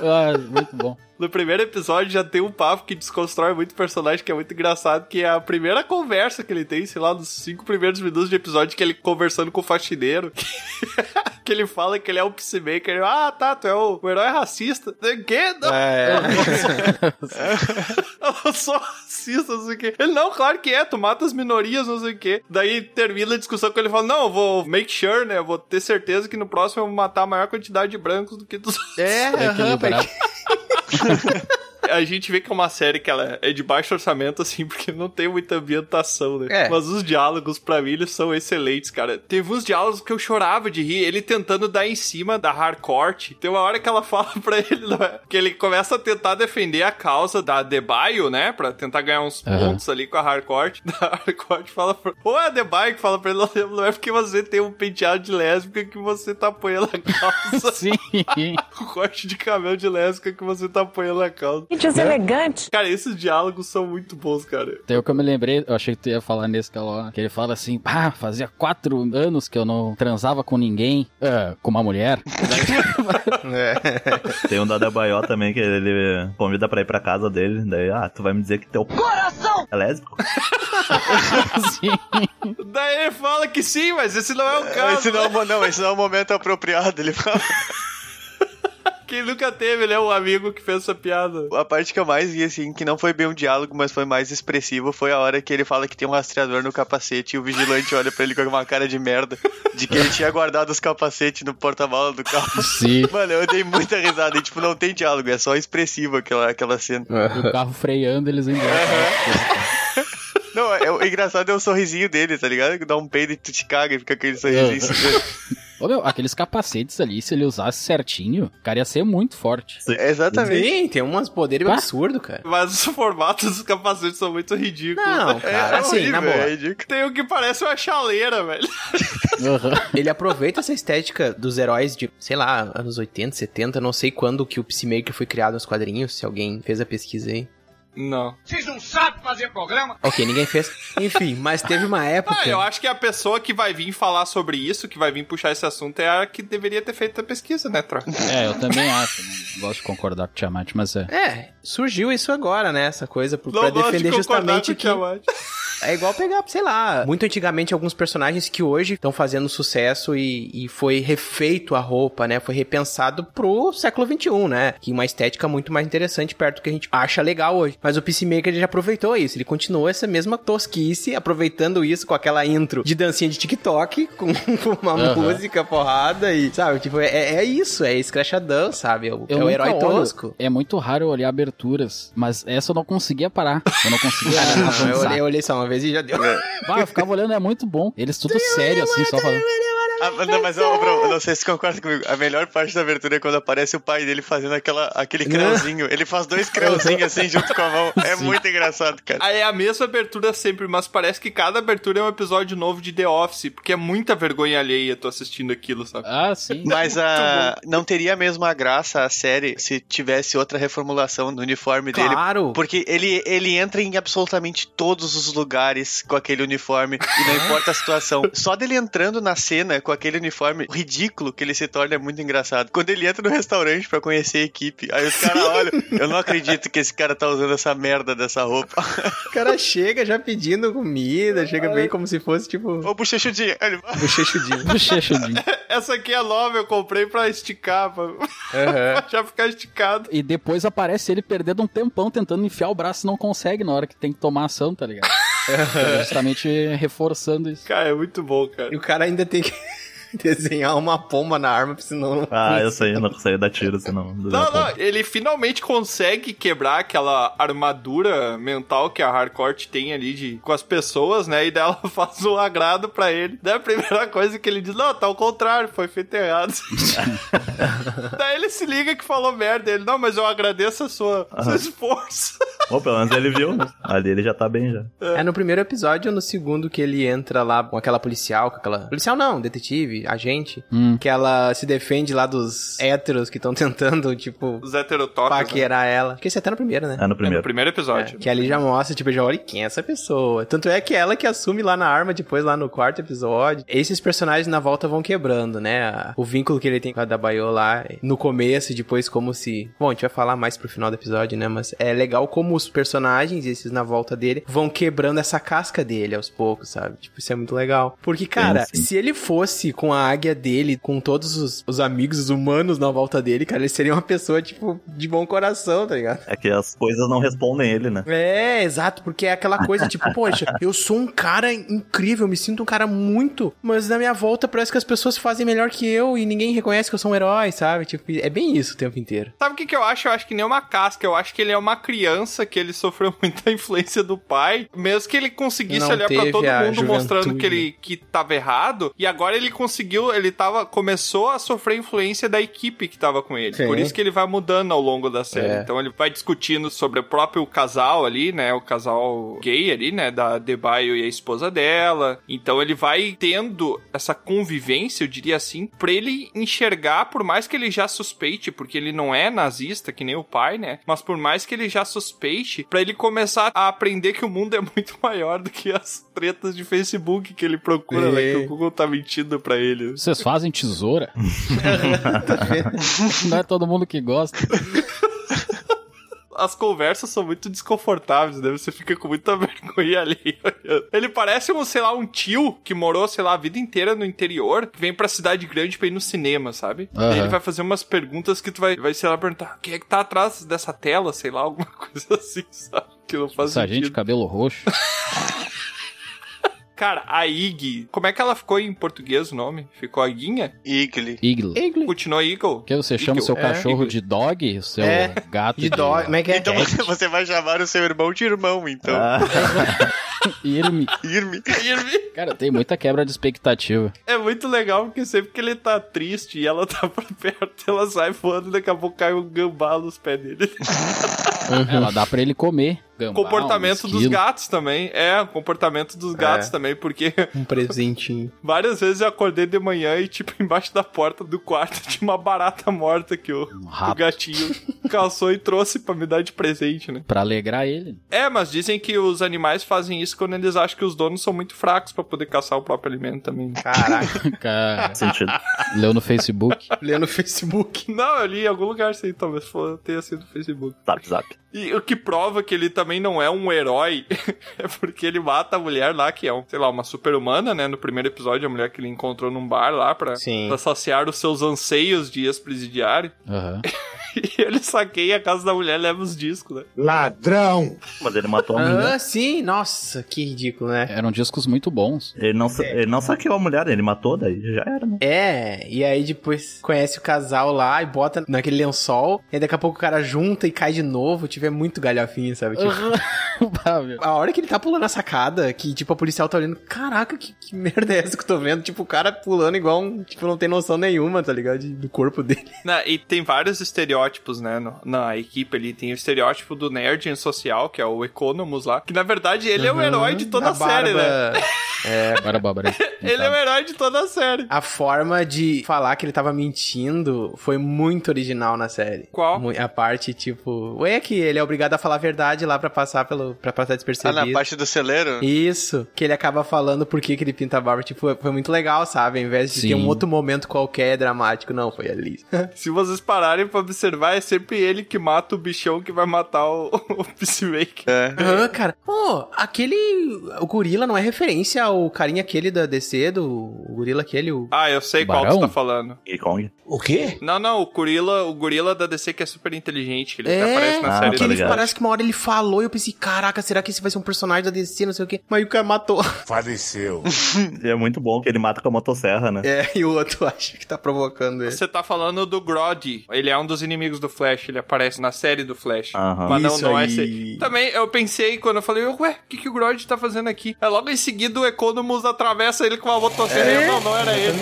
F: Ah, muito bom.
D: No primeiro episódio já tem um papo que desconstrói muito o personagem, que é muito engraçado, que é a primeira conversa que ele tem, sei lá, nos cinco primeiros minutos de episódio, que ele conversando com o faxineiro, que, que ele fala que ele é um peacemaker. Ah, tá, tu é o, o herói racista. De quê? Não, eu não sou racista, não sei o quê. Ele, não, claro que é, tu mata as minorias, não sei o quê. Daí termina a discussão com ele fala, não, eu vou make sure, né, eu vou ter certeza que no próximo eu vou matar a maior quantidade de brancos do que dos
B: É,
F: É
B: aham, pra
F: equilibrado.
D: A gente vê que é uma série que ela é de baixo orçamento, assim, porque não tem muita ambientação, né?
B: É.
D: Mas os diálogos, pra mim, eles são excelentes, cara. Teve uns diálogos que eu chorava de rir, ele tentando dar em cima da Harcourt. Tem uma hora que ela fala pra ele, não é? que ele começa a tentar defender a causa da Debaio, né? Pra tentar ganhar uns
F: Aham.
D: pontos ali com a Harcourt. Da Harcourt fala pra... Ou é a Debaio que fala pra ele, não é porque você tem um penteado de lésbica que você tá apoiando a causa.
F: Sim.
D: o corte de cabelo de lésbica que você tá apoiando a causa.
J: Deselegante.
D: Cara, esses diálogos são muito bons, cara.
F: Tem o que Então, eu me lembrei, eu achei que tu ia falar nesse que, ela- que ele fala assim, pá, fazia quatro anos que eu não transava com ninguém, é, com uma mulher.
E: Tem um da Baió também que ele convida pra ir pra casa dele. Daí, ah, tu vai me dizer que teu coração é lésbico?
F: Sim.
D: Daí ele fala que sim, mas esse não é o caso.
A: Esse não, é o mo- não, esse não é o momento apropriado. Ele fala.
D: Quem nunca teve, né? Um amigo que fez essa piada.
A: A parte que eu mais vi, assim, que não foi bem um diálogo, mas foi mais expressivo, foi a hora que ele fala que tem um rastreador no capacete e o vigilante olha pra ele com uma cara de merda, de que ele tinha guardado os capacetes no porta-malas do carro.
F: Sim.
A: Mano, eu dei muita risada e, tipo, não tem diálogo, é só expressivo aquela, aquela cena.
F: O carro freando, eles indo.
B: É.
A: Não, é, o engraçado é o sorrisinho dele, tá ligado? Que dá um peido e tu te caga e fica aquele
B: É.
A: sorrisinho. assim.
F: Ô, meu, aqueles capacetes ali, se ele usasse certinho, o cara ia ser muito forte.
A: É Exatamente.
B: Sim, tem umas poderes
F: Tá?
B: absurdo, cara.
D: Mas os formatos dos capacetes são muito ridículos.
B: Não, cara, assim, na boa.
A: é ridículo.
D: Tem o que parece uma chaleira, velho.
F: Aham.
B: Ele aproveita essa estética dos heróis de, sei lá, anos 80, 70, não sei quando que o Peacemaker foi criado nos quadrinhos, se alguém fez a pesquisa aí.
D: Não.
B: Ok, ninguém fez. Enfim, mas teve uma época.
D: Ah, eu acho que a pessoa que vai vir falar sobre isso, que vai vir puxar esse assunto, é a que deveria ter feito a pesquisa, né, Tro?
F: É, eu também acho. Não gosto de concordar com o Tiamat, mas é.
B: É, surgiu isso agora, né? Essa coisa pra, pra
D: Não gosto de
B: defender
D: concordar
B: justamente
D: com o
B: que
D: Tiamat.
B: é igual pegar, sei lá, muito antigamente alguns personagens que hoje estão fazendo sucesso e, e foi refeito a roupa, né? Foi repensado pro século XXI, né? Que uma estética muito mais interessante perto do que a gente acha legal hoje. Mas o Peacemaker ele já aproveitou isso, ele continuou essa mesma tosquice, aproveitando isso com aquela intro de dancinha de TikTok, com, com uma
F: Aham.
B: música porrada e, sabe? Tipo, é, é isso, é escrachadão, sabe? É o, é o
F: nunca
B: herói
F: olho.
B: tosco.
F: É muito raro eu olhar aberturas, mas essa eu não conseguia parar. Eu não conseguia
B: Ah, Não, eu
F: avançar.
B: olhei, eu olhei só uma vez e já deu.
F: Bah, eu ficava olhando, é muito bom. Eles tudo sério, assim, só falando.
A: Ah, mas não, mas ó, Bruno, eu não sei se você concorda comigo. A melhor parte da abertura é quando aparece o pai dele fazendo aquela, aquele
B: Né?
A: creuzinho. Ele faz dois creuzinhos assim junto com a mão. É muito engraçado, cara.
D: É a mesma abertura sempre, mas parece que cada abertura é um episódio novo de The Office, porque é muita vergonha alheia tô assistindo aquilo, sabe?
F: Ah, sim.
A: Mas a, não teria a mesma graça a série se tivesse outra reformulação no uniforme dele.
B: Claro.
A: Porque ele, ele entra em absolutamente todos os lugares com aquele uniforme e não importa a situação. Só dele entrando na cena com aquele uniforme ridículo que ele se torna muito engraçado. Quando ele entra no restaurante pra conhecer a equipe, aí os caras olham, eu não acredito que esse cara tá usando essa merda dessa roupa.
B: O cara chega já pedindo comida, chega bem como se fosse, tipo,
A: Ô, bochechudinho, aí ele vai.
B: bochechudinho.
F: Bochechudinho.
D: Essa aqui é nova, eu comprei pra esticar, pra
B: Aham.
D: já ficar esticado.
F: E depois aparece ele perdendo um tempão tentando enfiar o braço e não consegue na hora que tem que tomar ação, tá ligado? Então, justamente reforçando isso.
D: Cara, é muito bom, cara.
B: E o cara ainda tem que desenhar uma pomba na arma, porque senão...
E: Ah, eu sei, eu não conseguiria dar tiro, senão.
D: Não, não, ele finalmente consegue quebrar aquela armadura mental que a Harcourt tem ali de, com as pessoas, né? E daí ela faz um agrado pra ele. Daí a primeira coisa que ele diz, não, tá ao contrário, foi feito errado. daí ele se liga que falou merda. Ele, não, mas eu agradeço a sua, seu esforço.
E: Ou pelo menos ele viu, né? Ali ele já tá bem já.
B: É no primeiro episódio ou no segundo que ele entra lá com aquela policial, com aquela... Policial não, detetive, agente,
F: Hum.
B: que ela se defende lá dos héteros que estão tentando, tipo,
D: Os heterotópicos. né?
B: paquerar ela. Acho que esse é até no primeiro, né?
E: É no
D: É no
E: primeiro.
D: primeiro episódio.
B: Que ali já mostra, tipo, já olha quem é essa pessoa. Tanto é que ela que assume lá na arma, depois lá no quarto episódio. Esses personagens na volta vão quebrando, né? A- O vínculo que ele tem com a Dabayo lá no começo e depois como se... Bom, a gente vai falar mais pro final do episódio, né? Mas é legal como os personagens, esses na volta dele, vão quebrando essa casca dele aos poucos, sabe? Tipo, isso é muito legal. Porque, cara,
E: sim.
B: se ele fosse com a águia dele, com todos os, os amigos, os humanos na volta dele, cara, ele seria uma pessoa, tipo, de bom coração, tá ligado?
E: É que as coisas não respondem ele, né?
B: É, exato, porque é aquela coisa tipo, poxa, eu sou um cara incrível, me sinto um cara muito, mas na minha volta parece que as pessoas fazem melhor que eu e ninguém reconhece que eu sou um herói, sabe? Tipo, é bem isso o tempo inteiro.
D: Sabe o que, que eu acho? Eu acho que nem uma casca. Eu acho que ele é uma criança que ele sofreu muita influência do pai. Mesmo que ele conseguisse
B: Não
D: olhar pra
B: teve
D: todo
B: a
D: mundo mostrando
B: juventude.
D: que ele que tava errado. E agora ele conseguiu, ele tava, começou a sofrer influência da equipe que tava com ele.
B: Sim.
D: Por isso que ele vai mudando ao longo da série.
B: É.
D: Então ele vai discutindo sobre o próprio casal ali, né? O casal gay ali, né? Da Debaio e a esposa dela. Então ele vai tendo essa convivência, eu diria assim, pra ele enxergar, por mais que ele já suspeite, porque ele não é nazista, que nem o pai, né? Mas por mais que ele já suspeite, pra ele começar a aprender que o mundo é muito maior do que as tretas de Facebook que ele procura, né? Que
B: Sim.
D: o Google tá mentindo pra ele.
F: Vocês fazem tesoura? Não é todo mundo que gosta.
D: as conversas são muito desconfortáveis, né? Você fica com muita vergonha ali. Ele parece um, sei lá, um tio que morou, sei lá, a vida inteira no interior, que vem pra cidade grande pra ir no cinema, sabe?
F: Aham.
D: E ele vai fazer umas perguntas que tu vai, vai sei lá, perguntar quem é que tá atrás dessa tela, sei lá, alguma coisa assim, sabe? Que não faz
F: Essa gente,
D: sentido.
F: cabelo roxo.
D: Cara, a Ig, como é que ela ficou em português o nome? Ficou a Guinha?
A: Igle.
F: Igle.
D: Continuou Eagle?
F: Porque você chama o seu
D: É.
F: cachorro de dog, o seu
B: É.
F: gato
B: De dó, como é que é?
A: Então você- você vai chamar o seu irmão de irmão, então.
E: Ah,
F: Irme.
A: Irme.
F: Cara, tem muita quebra de expectativa.
D: É muito legal, porque sempre que ele tá triste e ela tá pra perto, ela sai voando e daqui a pouco cai um gambá nos pés dele.
F: Ela dá pra ele comer. Gambá,
D: Uhum.
F: um
D: comportamento dos
F: esquilo.
D: gatos também. É, o comportamento dos gatos
B: É.
D: também, porque
B: Um presentinho.
D: várias vezes eu acordei de manhã e, tipo, embaixo da porta do quarto tinha uma barata morta que o,
F: Um rato.
D: o gatinho caçou e trouxe pra me dar de presente, né?
F: Pra alegrar ele.
D: É, mas dizem que os animais fazem isso quando eles acham que os donos são muito fracos pra poder caçar o próprio alimento também.
B: Caraca,
F: Cara,
E: sentido.
F: leu no Facebook.
B: lê no Facebook.
D: Não, eu li em algum lugar isso aí, talvez for- tenha sido no Facebook.
E: Zap, zap.
D: E o que prova que ele também não é um herói é porque ele mata a mulher lá, que é, um, sei lá, uma super-humana, né? No primeiro episódio, a mulher que ele encontrou num bar lá pra,
B: Sim.
D: pra saciar os seus anseios de ex-presidiário.
F: Aham.
D: E ele saqueia a casa da mulher e leva os discos, né?
G: Ladrão!
E: Mas ele matou a mulher.
B: Ah, sim, nossa, que ridículo, né?
F: Eram discos muito bons.
E: Ele não, sa-
D: É.
E: ele não saqueou a mulher, ele matou, daí já era, né?
B: É, e aí depois conhece o casal lá e bota naquele lençol, e aí daqui a pouco o cara junta e cai de novo, tipo, é muito galhofinho, sabe? Tipo,
D: Uhum.
F: Bah, meu.
B: A hora que ele tá pulando a sacada, que tipo, a policial tá olhando, caraca, que, que merda é essa que eu tô vendo? Tipo, o cara pulando igual um. Tipo, não tem noção nenhuma, tá ligado? De- do corpo dele.
D: Na- e tem vários estereótipos, né? no- na equipe ali. Tem o estereótipo É do nerd em social, que é o Economus lá. Que na verdade ele é o herói de toda a série, né?
B: Uhum. barba
F: É. Bora, Bárbara.
D: Ele é o herói de toda a série.
B: A forma de falar que ele tava mentindo foi muito original na série.
D: Qual?
B: Mu- A parte, tipo... Ué, que ele é obrigado a falar a verdade lá pra passar pelo... para passar
A: Ah,
B: despercebido.
A: na parte do celeiro?
B: Isso, que ele acaba falando por que que ele pinta a barba. Tipo, foi muito legal, sabe? Ao invés de
F: Sim.
B: ter um outro momento qualquer dramático. Não, foi ali.
D: Se vocês pararem pra observar, é sempre ele que mata o bichão que vai matar o, o Peacemaker.
A: É.
B: Ah, cara. Pô, aquele... O gorila não é referência ao carinha aquele da DC, do... O gorila aquele, o...
D: Ah, eu sei qual
F: Barão?
D: tu tá falando.
E: King Kong.
I: O quê?
D: Não, não, o gorila, o gorila da DC que é super inteligente, que ele até
B: É?
D: aparece na
E: Ah,
D: série
E: tá
B: Aquele
D: dele.
B: que
E: ligado.
B: parece que uma hora ele falou e eu pensei, caraca, será que esse vai ser um personagem da DC, não sei o quê. Mas o cara matou.
G: Faleceu.
E: E é muito bom que ele mata com a motosserra, né?
B: É, e o outro acha que tá provocando ele.
D: Você tá falando do Grody. Ele é um dos inimigos do Flash, ele aparece na série do Flash.
E: Aham.
D: Mas não,
B: Isso
D: não é
B: aí.
D: esse. Também eu pensei quando eu falei, ué, o que, que o Grody tá fazendo aqui? É logo em seguida o Economus atravessa ele com uma motosserra. Eu, Não, não era ele.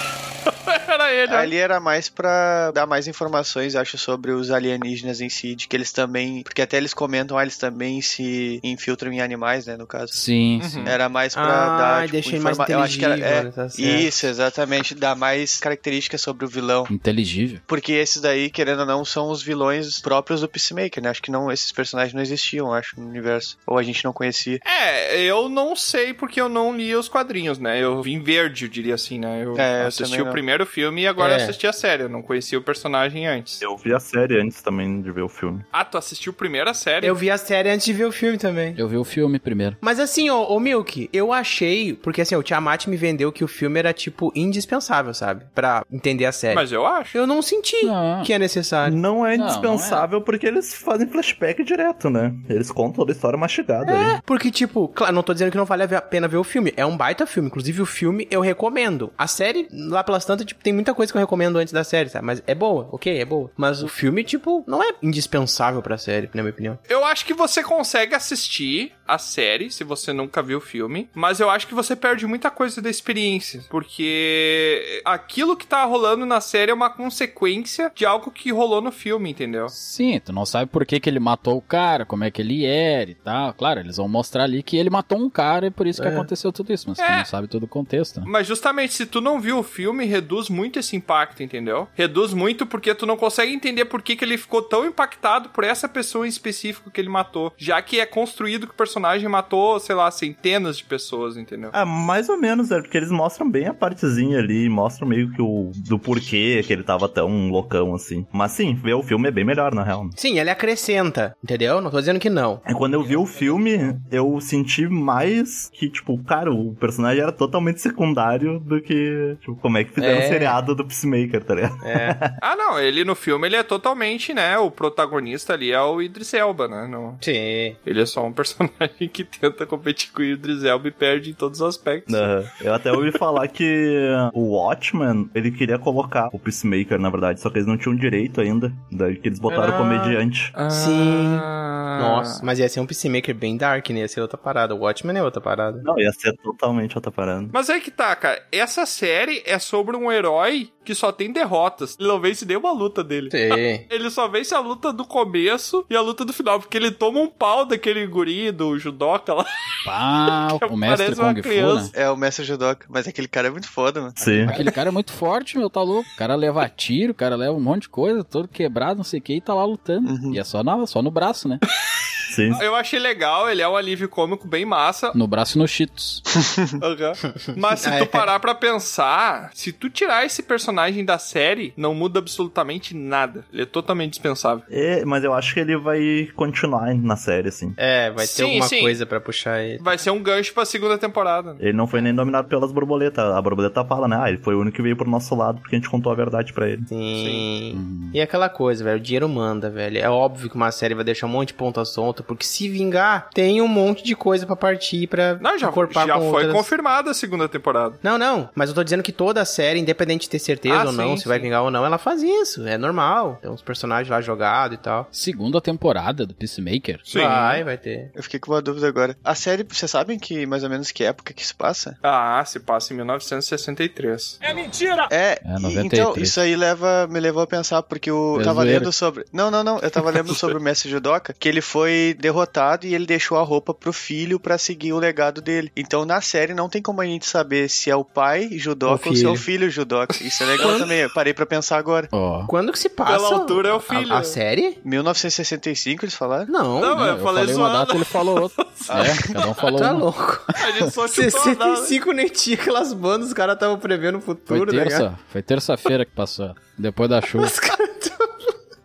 D: era ele, ó.
A: Ali era mais pra dar mais informações, acho, sobre os alienígenas em si, de que eles também. Porque até eles comentam, ah, eles também se infiltram em animais, né, no caso.
F: Sim, sim.
D: Uhum.
A: Era mais pra
B: Ah,
A: dar. Tipo,
B: deixei mais
A: informa- Eu acho que era.
B: inteligível,
A: é,
B: tá certo.
A: isso, exatamente. Dar mais características sobre o vilão.
F: Inteligível.
A: Porque esses daí, querendo ou não, são os vilões próprios do Peacemaker, né? Acho que não, esses personagens não existiam, acho, no universo. Ou a gente não conhecia.
D: É, eu não sei porque eu não li os quadrinhos, né? Eu vim verde, eu diria assim, né? Eu
A: É, eu
D: assisti
A: também
D: o
A: não.
D: primeiro filme e
B: É.
D: agora eu assisti a série. Eu não conhecia o personagem antes.
E: Eu vi a série antes também de ver o filme.
D: Ah, tu assistiu primeiro a série?
B: Eu vi a série antes de ver o filme também.
F: Eu vi o filme primeiro.
B: Mas assim, ô, ô Milk, eu achei, porque assim, o Tiamat me vendeu que o filme era tipo indispensável, sabe? Pra entender a série.
D: Mas eu acho.
B: eu não senti
F: Não.
B: que é necessário.
E: Não é
F: Não,
E: indispensável porque eles fazem flashback direto, né? Eles contam toda a história
D: É,
E: mastigada aí.
B: Porque, tipo, claro, não tô dizendo que não vale a pena ver o filme. É um baita filme. Inclusive, o filme eu recomendo. A série, lá pelas tantas, tipo, tem muita coisa que eu recomendo antes da série, sabe? Mas é boa, ok, é boa. Mas o filme, tipo, não é indispensável pra série, na minha opinião.
D: Eu acho que você consegue assistir a série se você nunca viu o filme, mas eu acho que você perde muita coisa da experiência, porque aquilo que tá rolando na série é uma consequência de algo que rolou no filme, entendeu?
F: Sim, tu não sabe por que, que ele matou o cara, como é que ele era e tal. Claro, eles vão mostrar ali que ele matou um cara e por isso que aconteceu tudo isso, mas tu
D: É.
F: não sabe todo o contexto. né?
D: Mas justamente, se tu não viu o filme, reduz muito esse impacto, entendeu? Reduz muito porque tu não consegue entender por que, que ele ficou tão impactado por essa pessoa em específico que ele matou. Já que é construído que o personagem matou, sei lá, centenas de pessoas, entendeu?
E: Ah, mais ou menos, é porque eles mostram bem a partezinha ali, mostram meio que o do porquê que ele tava tão loucão assim. Mas sim, ver o filme é bem melhor, na real.
B: Sim, ele acrescenta, entendeu? Não tô dizendo que não.
E: É quando eu vi o filme, eu senti mais que, tipo, cara, o personagem era totalmente secundário do que, tipo, como é que fizeram
B: É.
E: o seriado do Peacemaker, tá ligado?
D: Ah, não, ele no filme ele é totalmente, né? O protagonista ali é o Idris Elba, né? Não,
B: Sim.
D: ele é só um personagem que tenta competir com o Idris Elba e perde em todos os aspectos.
E: Aham. Eu até ouvi falar que o Watchman, ele queria colocar o Peacemaker, na verdade, só que eles não tinham direito ainda. Daí que eles botaram
B: Ah.
E: o comediante.
D: Ah.
B: Sim. Nossa, mas ia ser um Peacemaker bem dark, né? Ia ser outra parada. O Watchmen é outra parada.
E: Não, ia ser totalmente outra parada.
D: Mas aí que tá, cara. Essa série é sobre um herói que só tem derrotas. Ele não vence nenhuma luta dele.
B: Sim.
D: Ele só vence a luta do começo e a luta do final, porque ele toma um pau daquele guri do judoca lá.
F: Pá, o mestre
D: Parece uma
F: Kung Fu, né?
D: criança.
A: É o Mestre Judoka, mas aquele cara é muito foda, mano.
E: Sim.
F: Aquele cara é muito forte, meu, tá louco. O cara leva tiro, o cara leva um monte de coisa, todo quebrado, não sei o que, e tá lá lutando. E é só, na, só no braço, né?
E: Sim.
D: Eu achei legal, ele é um alívio cômico bem massa.
F: No braço e no Cheetos.
D: Aham. Mas
B: Ah, é.
D: se tu parar pra pensar, se tu tirar esse personagem da série, não muda absolutamente nada. Ele é totalmente dispensável.
E: É, mas eu acho que ele vai continuar na série, assim.
B: É, vai
D: Sim,
B: ter alguma
D: sim.
B: coisa pra puxar ele.
D: Vai ser um gancho pra segunda temporada. né?
E: Ele não foi nem dominado pelas borboletas. A borboleta fala, né? Ah, ele foi o único que veio pro nosso lado porque a gente contou a verdade pra ele.
B: Sim.
F: Uhum.
B: E é aquela coisa, velho, o dinheiro manda, velho. É óbvio que uma série vai deixar um monte de ponta solta, porque se vingar, tem um monte de coisa pra partir pra
D: Não, já, já foi
B: encorpar com outras.
D: confirmada a segunda temporada.
B: Não, não, mas eu tô dizendo que toda série, independente de ter certeza
D: Ah,
B: ou não,
D: sim,
B: se vai
D: sim.
B: vingar ou não, ela faz isso, é normal. Tem uns personagens lá jogados e tal.
F: Segunda temporada do Peacemaker.
B: Vai, vai ter.
A: Eu fiquei com uma dúvida agora. A série, vocês sabem que mais ou menos que época que se passa?
D: Ah, se passa em 1963.
A: É,
F: É,
A: e-
F: 93.
A: então isso aí leva, me levou a pensar, porque eu
F: É
A: tava
F: zoeira.
A: lendo sobre. Não, não, não. Eu tava lendo sobre o Mestre Judoka, que ele foi foi derrotado e ele deixou a roupa pro filho pra seguir o legado dele. Então na série não tem como a gente saber se é o pai judoca
B: Ou
A: ou se é o
B: filho.
A: filho judoca. Isso é legal também. Eu parei pra pensar agora.
F: Ó.
B: Quando que se passa?
D: Pela altura é o
B: a-
D: filho.
B: A, a série?
A: 1965 eles falaram?
B: Não.
D: Não, eu falei
F: eu falei uma
D: zoando.
F: data, ele falou outra. é, cada um falou
B: Tá
F: uma.
B: louco.
D: A gente só chutou a data. né?
B: 65 nem tinha aquelas bandas, os caras estavam prevendo o
F: Foi
B: futuro, né?
F: terça, foi terça-feira que passou, depois da chuva.
B: Os caras tão-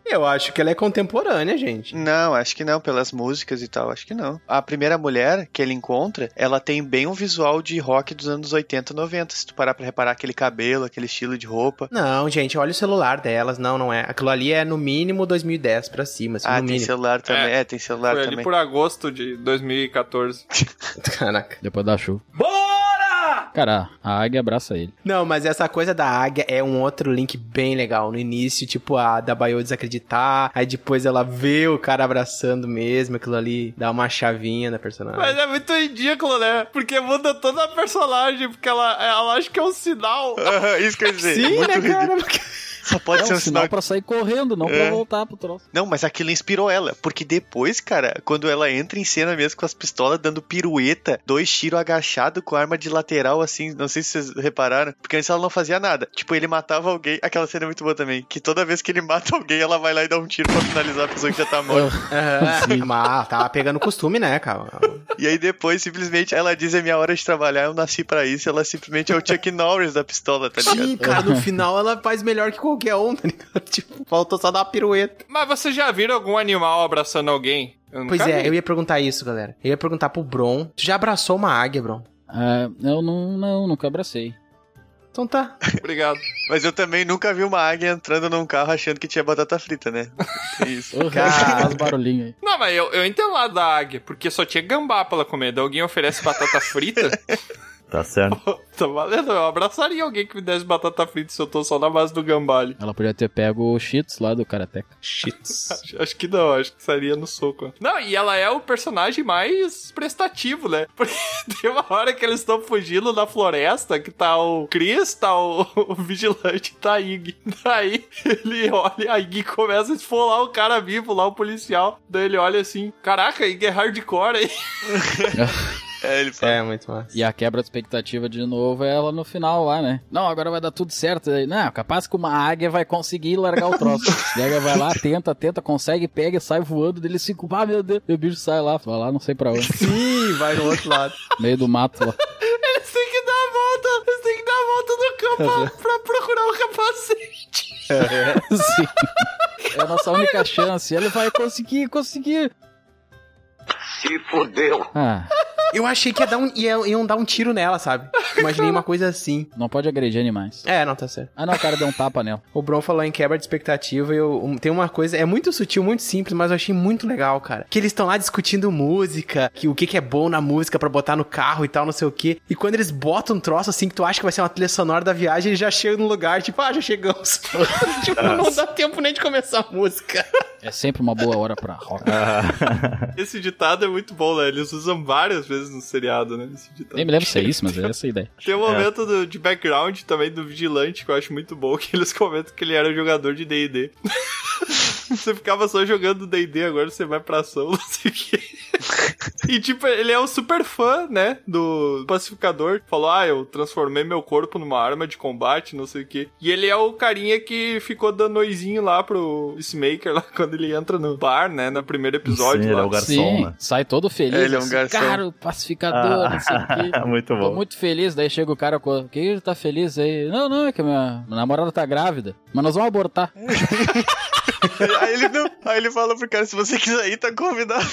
B: Eu acho que ela é contemporânea, gente.
A: Não, acho que não, pelas músicas e tal, acho que não. A primeira mulher que ele encontra, ela tem bem um visual de rock dos anos 80, 90. Se tu parar pra reparar aquele cabelo, aquele estilo de roupa.
B: Não, gente, olha o celular delas. Não, não é. Aquilo ali é no mínimo 2010 pra cima, assim,
A: Ah,
B: no
A: tem
B: mínimo.
A: celular também. É, tem celular
D: Foi ali
A: também.
D: por agosto de 2014.
B: Caraca.
F: Depois da chuva.
D: Bora!
F: Cara, a águia abraça ele.
B: Não, mas essa coisa da águia é um outro link bem legal. No início, tipo, a da Bayo desacreditar, aí depois ela vê o cara abraçando mesmo, aquilo ali dá uma chavinha na personagem.
D: Mas é muito ridículo, né? Porque muda toda a personagem, porque ela, ela acha que é um sinal.
A: Aham, É isso quer dizer.
B: Sim,
A: muito
B: né,
A: ridículo.
B: cara? Porque-
A: Só pode
F: É
A: ser
F: um sinal pra sair correndo, não pra
A: É.
F: voltar pro troço.
A: Não, mas aquilo inspirou ela. Porque depois, cara, quando ela entra em cena mesmo com as pistolas dando pirueta, dois tiros agachados com arma de lateral, assim, não sei se vocês repararam. Porque antes ela não fazia nada. Tipo, ele matava alguém. Aquela cena é muito boa também. Que toda vez que ele mata alguém, ela vai lá e dá um tiro pra finalizar a pessoa que já tá morta.
B: Aham, mas tava pegando costume, né, cara?
A: e aí depois, simplesmente, ela diz: é minha hora de trabalhar, eu nasci pra isso. Ela simplesmente é o Chuck Norris da pistola, tá ligado?
B: Sim, cara, no final ela faz melhor que qualquer um, tá ligado? Tipo, faltou só dar uma pirueta.
D: Mas você já viram algum animal abraçando alguém? Eu nunca
B: Pois é,
D: vi.
B: eu ia perguntar isso, galera. Eu ia perguntar pro Bron. Tu já abraçou uma águia, Bron?
F: Ah, eu não, não, nunca abracei.
B: Então tá.
D: Obrigado.
A: Mas eu também nunca vi uma águia entrando num carro achando que tinha batata frita, né? É isso.
B: Cara.
F: Faz barulhinho aí.
D: Não, mas eu, eu entendo lá da águia, porque só tinha gambá pra ela comer. Daí alguém oferece batata frita.
E: Tá certo.
D: Pô, tá valendo, eu abraçaria alguém que me desse batata frita se eu tô só na base do gambá ali.
F: Ela podia ter pego o Cheetos lá do Karateka.
B: Cheats.
D: Acho- Acho que não, acho que sairia no soco. Não, e ela é o personagem mais prestativo, né? Porque tem uma hora que eles estão fugindo da floresta, que tá o Chris, tá o, o vigilante, tá a Ig. Daí ele olha, a Ig começa a esfolar o cara vivo lá, o policial. Daí ele olha assim, caraca, Ig é hardcore aí.
A: É, ele fala.
B: É, muito massa.
F: E a quebra de expectativa de novo é ela no final lá, né? Não, agora vai dar tudo certo. Aí, Não, capaz que uma águia vai conseguir largar o troço. e a águia vai lá, tenta, tenta, consegue, pega, sai voando dele, se ah, meu Deus. E o bicho sai lá, vai lá, não sei pra onde.
B: Sim, vai no outro lado.
F: meio do mato lá.
D: Eles têm que dar a volta, eles têm que dar a volta no campo pra
B: um
D: procurar o capacete.
F: Sim. É a nossa única chance. Ele vai conseguir, conseguir.
G: Se fudeu.
F: Ah,
B: Eu achei que ia dar um, ia, iam dar um tiro nela, sabe? Imaginei uma coisa assim.
F: não pode agredir animais.
B: É, não, tá certo.
F: Ah, não, o cara deu um tapa nela.
B: O Bron falou em quebra de expectativa e eu, um- tem uma coisa, é muito sutil, muito simples, mas eu achei muito legal, cara. Que eles estão lá discutindo música, que o que, que é bom na música pra botar no carro e tal, não sei o quê. E quando eles botam um troço assim que tu acha que vai ser uma trilha sonora da viagem, eles já chegam no lugar, tipo, ah, já chegamos. tipo, não dá tempo nem de começar a música.
F: É sempre uma boa hora pra rock.
D: Esse ditado é muito bom, né? Eles usam várias vezes no seriado, né? Esse ditado.
F: Nem me lembro se é isso, mas é essa a ideia.
D: Tem um momento do- de background também do Vigilante que eu acho muito bom, que eles comentam que ele era jogador de D&D. você ficava só jogando D&D, agora você vai pra ação, não sei o quê. E tipo, ele é um super fã, né, do pacificador. Falou, ah, eu transformei meu corpo numa arma de combate, não sei o quê. E ele é o carinha que ficou dando noizinho lá pro Peacemaker, lá quando ele entra no bar, né, no primeiro episódio
E: Sim, ele
D: lá.
E: é o garçom,
F: Sim,
E: né?
F: sai todo feliz.
A: Ele é um
F: assim,
A: garçom.
F: Cara, o pacificador, não sei o quê.
E: Ah, muito
F: Tô
E: tá bom.
F: muito feliz, daí chega o cara com. Que ele tá feliz aí? Não, não, é que minha minha namorada tá grávida. Mas nós vamos abortar.
A: aí, ele não, aí ele fala pro cara: se você quiser ir, tá convidado.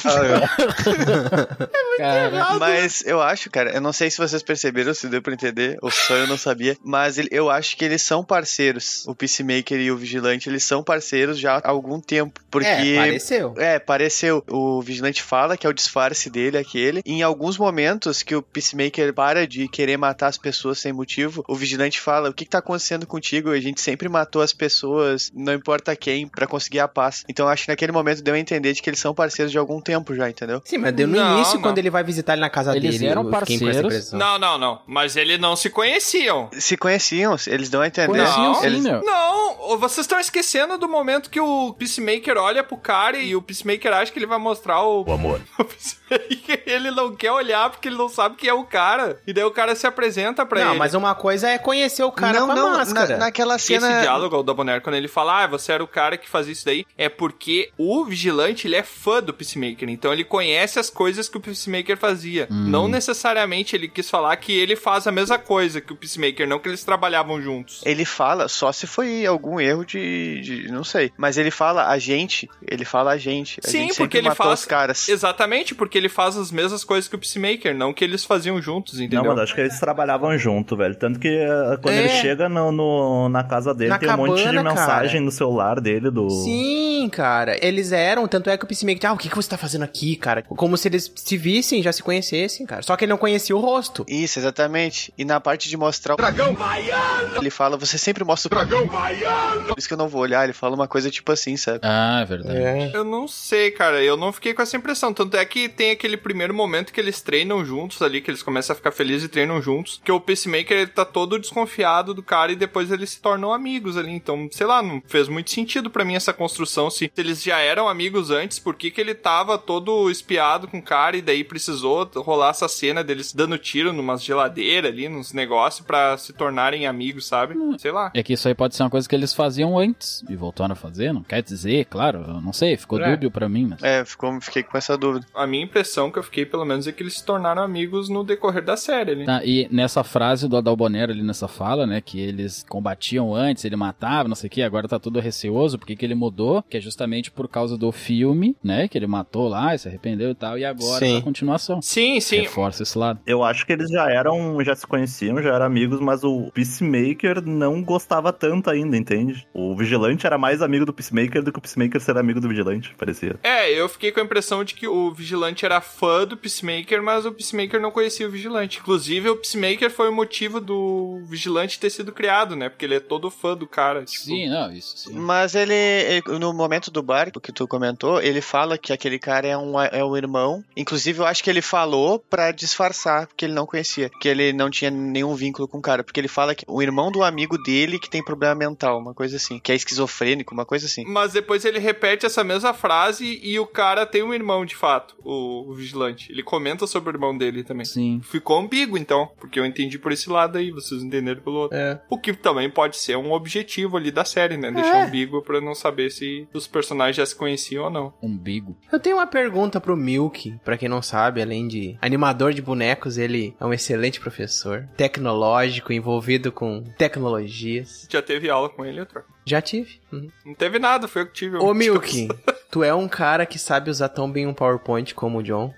F: Cara,
A: Mas eu acho, cara, eu não sei se vocês perceberam, se deu pra entender, ou só eu não sabia, mas ele- eu acho que eles são parceiros. O Peacemaker e o Vigilante, eles são parceiros já há algum tempo. Porque.
B: É, pareceu.
A: É, pareceu. O Vigilante fala que é o disfarce dele, aquele. Em alguns momentos que o Peacemaker para de querer matar as pessoas sem motivo, o Vigilante fala: O que, que tá acontecendo contigo? A gente sempre matou as pessoas, não importa quem, pra conseguir a paz. Então eu acho que naquele momento deu a entender de que eles são parceiros de algum tempo já, entendeu?
B: Sim, mas deu no
D: Não,
B: início
D: não.
B: quando ele vai visitar ele na casa
F: Eles
B: dele.
F: eram
B: eu fiquei com essa
F: parceiros.
B: impressão.
D: Não, não, não. Mas eles não se conheciam.
A: Se conheciam, eles dão a entender.
F: Conheciam
D: Não,
F: sim,
A: eles-
F: meu.
D: Não, ô, vocês estão esquecendo do momento que o Peacemaker olha pro cara e o Peacemaker acha que ele vai mostrar o. O amor. O Peacemaker, ele não quer olhar porque ele não sabe quem é o cara. E daí o cara se apresenta pra
B: Não,
D: ele.
B: mas uma coisa é conhecer o cara
A: não,
B: com a
A: não,
B: máscara.
A: na- naquela cena.
D: Esse diálogo do Bonaire, quando ele fala, ah, você era o cara que fazia isso daí, é porque o vigilante, ele é fã do Peacemaker, então ele conhece as coisas que o Peacemaker fazia. Não necessariamente ele quis falar que ele faz a mesma coisa que o Peacemaker, não que eles trabalhavam juntos.
A: Ele fala, só se foi algum erro de, de- Não sei. Mas ele fala a gente. Ele fala a gente. A
D: Sim,
A: gente
D: porque
A: sempre
D: ele
A: matou
D: fala-
A: os caras.
D: Exatamente, porque ele faz as mesmas coisas que o Peacemaker, não que eles faziam juntos, entendeu?
E: Não, mas acho que eles trabalhavam junto, velho. Tanto que eh, quando
B: É.
E: ele chega no, no- na casa dele,
B: Na
E: tem um monte de
B: cabana,
E: mensagem
B: cara.
E: no celular dele do.
B: Sim, cara. Eles eram, tanto é que o Peacemaker, ah, o que, que você tá fazendo aqui, cara? Como se eles se vissem, já se conhecessem, cara. Só que ele não conhecia o rosto.
A: Isso, exatamente. E na parte de mostrar o dragão baiano, ele fala, você sempre mostra o dragão baiano. Por isso que eu não vou olhar, ele fala uma coisa tipo assim, sabe?
F: Ah, é verdade.
D: Eu não sei, cara. Eu não fiquei com essa impressão. Tanto é que tem aquele primeiro momento que eles treinam juntos ali, que eles começam a ficar felizes e treinam juntos. Que o Peacemaker ele tá todo desconfiado do cara e depois eles se tornam amigos ali. Então, sei lá, não fez muito sentido pra mim essa construção. Se se eles já eram amigos antes, por que, que ele tava todo espiado com o cara e daí precisou rolar essa cena deles dando tiro numa geladeira ali, nos negócios, pra se tornarem amigos, sabe? Sei lá.
F: É que isso aí pode ser uma coisa que eles faziam antes e voltaram a fazer, não quer dizer, claro, eu não sei, ficou
D: É.
F: dúbio pra mim, mas...
A: É, ficou, fiquei com essa dúvida.
D: A minha impressão que eu fiquei, pelo menos, é que eles se tornaram amigos no decorrer da série ali.
F: Tá, e nessa frase do Adalbonero ali nessa fala, né, que eles combatiam antes, ele matava, não sei o que, agora tá tudo receoso, porque que ele mudou, que é justamente por causa do filme, né, que ele matou lá, e se arrependeu e tal, e agora
B: Sim.
F: é a continuação.
D: Sim, sim.
F: Reforça esse lado.
E: Eu acho que eles já eram, já se conheciam, já eram amigos, mas o Peacemaker não gostava tanto ainda, entende? O Vigilante era mais amigo do Peacemaker do que o Peacemaker ser amigo do Vigilante, parecia.
D: É, eu fiquei com a impressão de que o Vigilante era fã do Peacemaker, mas o Peacemaker não conhecia o Vigilante. Inclusive, o Peacemaker foi o motivo do Vigilante ter sido criado, né? Porque ele é todo fã do cara. tipo.
F: Sim, não, isso sim.
A: Mas ele, ele- no momento do bar, o que tu comentou, ele fala que aquele cara é um, é um irmão. Inclusive, eu acho que ele falou pra disfarçar, porque ele não conhecia, que ele não tinha nenhum vínculo com o cara. Porque ele fala que o irmão do amigo dele que tem problema mental, uma coisa assim, que é esquizofrênico, uma coisa assim.
D: Mas depois ele repete essa mesma frase e o cara tem um irmão, de fato, o, o Vigilante. Ele comenta sobre o irmão dele também.
F: Sim.
D: Ficou ambíguo, então, porque eu entendi por esse lado aí, vocês entenderam pelo outro.
B: É.
D: O que também pode ser um objetivo ali da série, né? Deixar ambíguo pra não saber se os personagens já se conheciam ou não.
F: Umbigo.
B: Eu tenho uma pergunta pro Milk, pra quem não sabe, além de animador de bonecos, ele é um excelente professor, tecnológico, envolvido com tecnologias.
D: Já teve aula com ele, outra.
B: Já tive. Uhum.
D: Não teve nada, foi eu que tive.
B: Ô Milk, tu é um cara que sabe usar tão bem um PowerPoint como o John.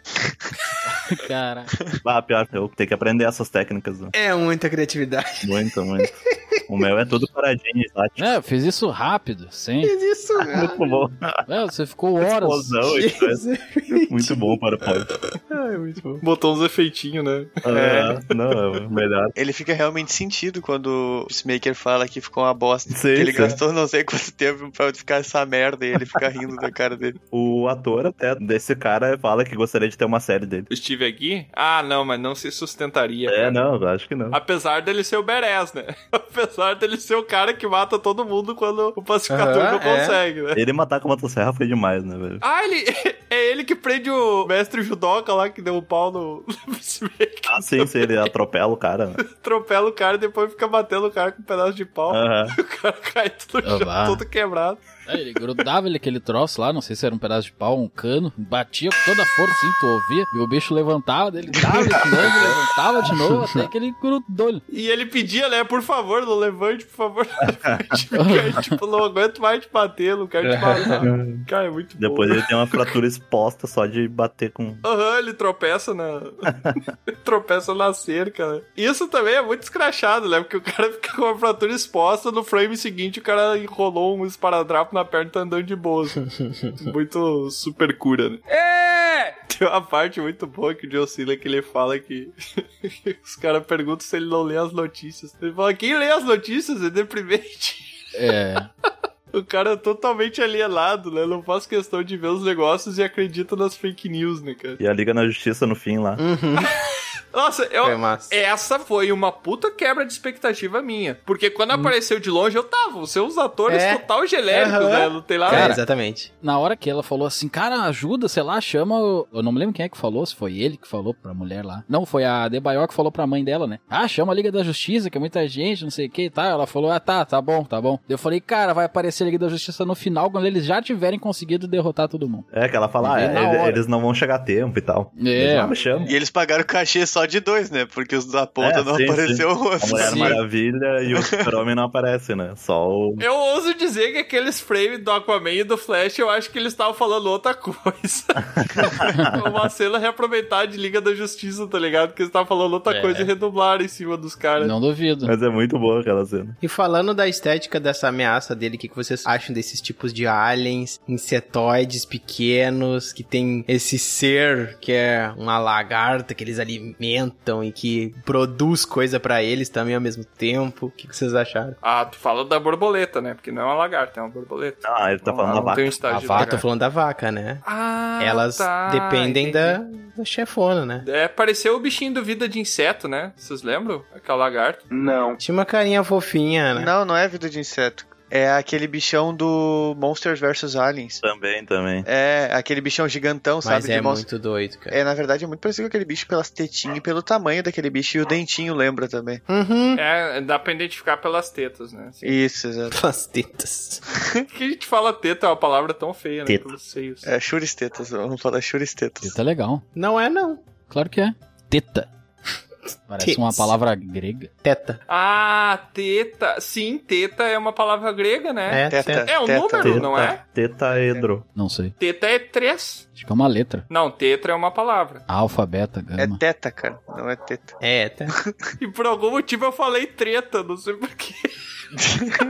F: Cara,
E: Ah, pior, eu tenho que aprender essas técnicas. né?
B: É muita criatividade.
E: Muito, muito. o meu é tudo paradinho, tá?
F: é, eu fiz isso rápido, sim.
B: Mas Isso,
E: Ah,
F: Ah,
B: cara.
E: Muito bom.
F: É, você ficou horas.
E: Explosão e coisa. é Muito bom para o
B: Ai, muito bom.
D: Botou uns efeitinhos, né?
E: É, não, é melhor.
A: Ele fica realmente sentido quando o Peacemaker fala que ficou uma bosta.
E: Sim,
A: que ele
E: sim.
A: gastou não sei quanto tempo pra ficar essa merda e ele fica rindo da cara dele.
E: O ator até desse cara fala que gostaria de ter uma série dele.
D: Eu estive aqui? Ah, não, mas não se sustentaria.
E: É,
D: cara.
E: não, eu acho que não.
D: Apesar dele ser o Beres, né? Apesar dele ser o cara que mata todo mundo quando o pacificador
B: Aham,
D: não
B: é.
D: consegue, né?
E: Ele matar com a motosserra foi demais, né, velho?
D: Ah, ele. É ele que prende o mestre judoca lá que deu o pau no. no Peacemaker,
E: Ah, sim, sim, ele atropela o cara. né?
D: Atropela o cara e depois fica batendo o cara com um pedaço de pau.
E: Aham.
D: O cara cai todo,
F: Ah, vá.
D: todo quebrado.
F: É, ele grudava ele, aquele troço lá, não sei se era um pedaço de pau, um cano, batia com toda a força, assim, tu ouvia, e o bicho levantava, dele dava esse lance, levantava de novo, até que ele grudou ele.
D: E ele pedia, né? Por favor, não levante, por favor. não levante, porque, tipo, não aguento mais te bater, não quero te matar. Cara, é muito bom.
E: Depois ele tem uma fratura exposta só de bater com.
D: Aham, ele tropeça na. ele tropeça na cerca, né? Isso também é muito escrachado, né? Porque o cara fica com a fratura exposta, no frame seguinte o cara enrolou um esparadrapo na perna e tá andando de boa. assim. muito super cura, né? É! Tem uma parte muito boa que o John Cena que ele fala que. Os caras perguntam se ele não lê as notícias. Ele fala: quem lê as notícias é deprimente.
F: É,
D: O cara é totalmente alienado, né? Não faz questão de ver os negócios e acredita nas fake news, né, cara?
F: Hum.
E: E a Liga na Justiça no fim lá.
D: Nossa, eu,
B: Foi É massa.
D: essa foi uma puta quebra de expectativa minha. Porque quando apareceu de longe, eu tava. Você os atores
B: Hum. É.
D: total genéricos,
B: Aham.
D: né? Não tem lá.
B: É,
D: nada.
B: exatamente.
F: Na hora que ela falou assim, cara, ajuda, sei lá, chama. o- Eu não me lembro quem é que falou, se foi ele que falou pra mulher lá. Não, foi a Debaior que falou pra mãe dela, né? Ah, chama a Liga da Justiça, que é muita gente, não sei o que e tal. Ela falou, ah, tá, tá bom, tá bom. Eu falei, cara, vai aparecer a Liga da Justiça no final, quando eles já tiverem conseguido derrotar todo mundo.
E: É que ela fala, ah,
F: Vem na hora.
E: é, eles não vão chegar a tempo e tal.
F: É.
E: Eles não me chamam.
A: E eles pagaram cachê só de dois, né? Porque os da ponta
E: É,
A: não
E: sim,
A: apareceu o
E: A
A: rosto.
E: Mulher
F: Sim.
E: Maravilha e o Super-Homem não aparece, né? Só o...
D: Eu ouso dizer que aqueles frames do Aquaman e do Flash, eu acho que eles estavam falando outra coisa. É Uma cena reaproveitada de Liga da Justiça, tá ligado? Que eles estavam falando outra
B: É.
D: coisa e redublaram em cima dos caras.
F: Não duvido.
E: Mas é muito boa aquela cena.
B: E falando da estética dessa ameaça dele, o que, que vocês acham desses tipos de aliens, insetoides pequenos, que tem esse ser que é uma lagarta que eles alimentam e que produz coisa pra eles também ao mesmo tempo? O que, que vocês acharam?
D: Ah, tu fala da borboleta, né? Porque não é uma lagarta, é uma borboleta.
E: Ah, ele tá
D: Não,
E: falando
D: não
E: da vaca.
D: tem um estágio
B: A
D: de
B: vaca, tô
D: lagarta.
B: falando da vaca, né?
D: Ah,
B: Elas
D: tá,
B: dependem
D: entendi.
B: da, da chefona, né?
D: É, pareceu o bichinho do Vida de Inseto, né? Vocês lembram? Aquela lagarta.
G: Não.
B: Tinha uma carinha fofinha, né?
A: Não, não é vida de inseto. É aquele bichão do Monsters vs Aliens.
E: Também, também.
A: É, aquele bichão gigantão,
B: Mas
A: sabe?
B: é
A: de monstro.
B: muito doido, cara.
A: É, na verdade, é muito parecido com aquele bicho pelas tetinhas e pelo tamanho daquele bicho. E o dentinho lembra também.
B: Uhum.
D: É, dá pra identificar pelas tetas, né? Assim,
A: Isso, exato.
B: As tetas.
D: que a gente fala teta, é uma palavra tão feia, né?
E: Teta.
D: Pelos seios.
A: É, churistetas. Vamos falar churistetas.
F: Teta é legal.
B: Não é, não.
F: Claro que é. Teta. Parece
B: Tits.
F: uma palavra grega.
B: Teta.
D: Ah, teta. Sim, teta é uma palavra grega, né?
B: É,
A: Teta.
B: teta.
D: É um
A: Teta.
D: número, não é?
E: Tetaedro.
F: Não sei.
D: Teta é três.
F: Acho que é uma letra.
D: Não, tetra é uma palavra.
F: Alfa, beta,
A: É
F: gama.
A: teta, cara. Não é teta.
B: É, teta.
D: E por algum motivo eu falei treta, não sei porquê.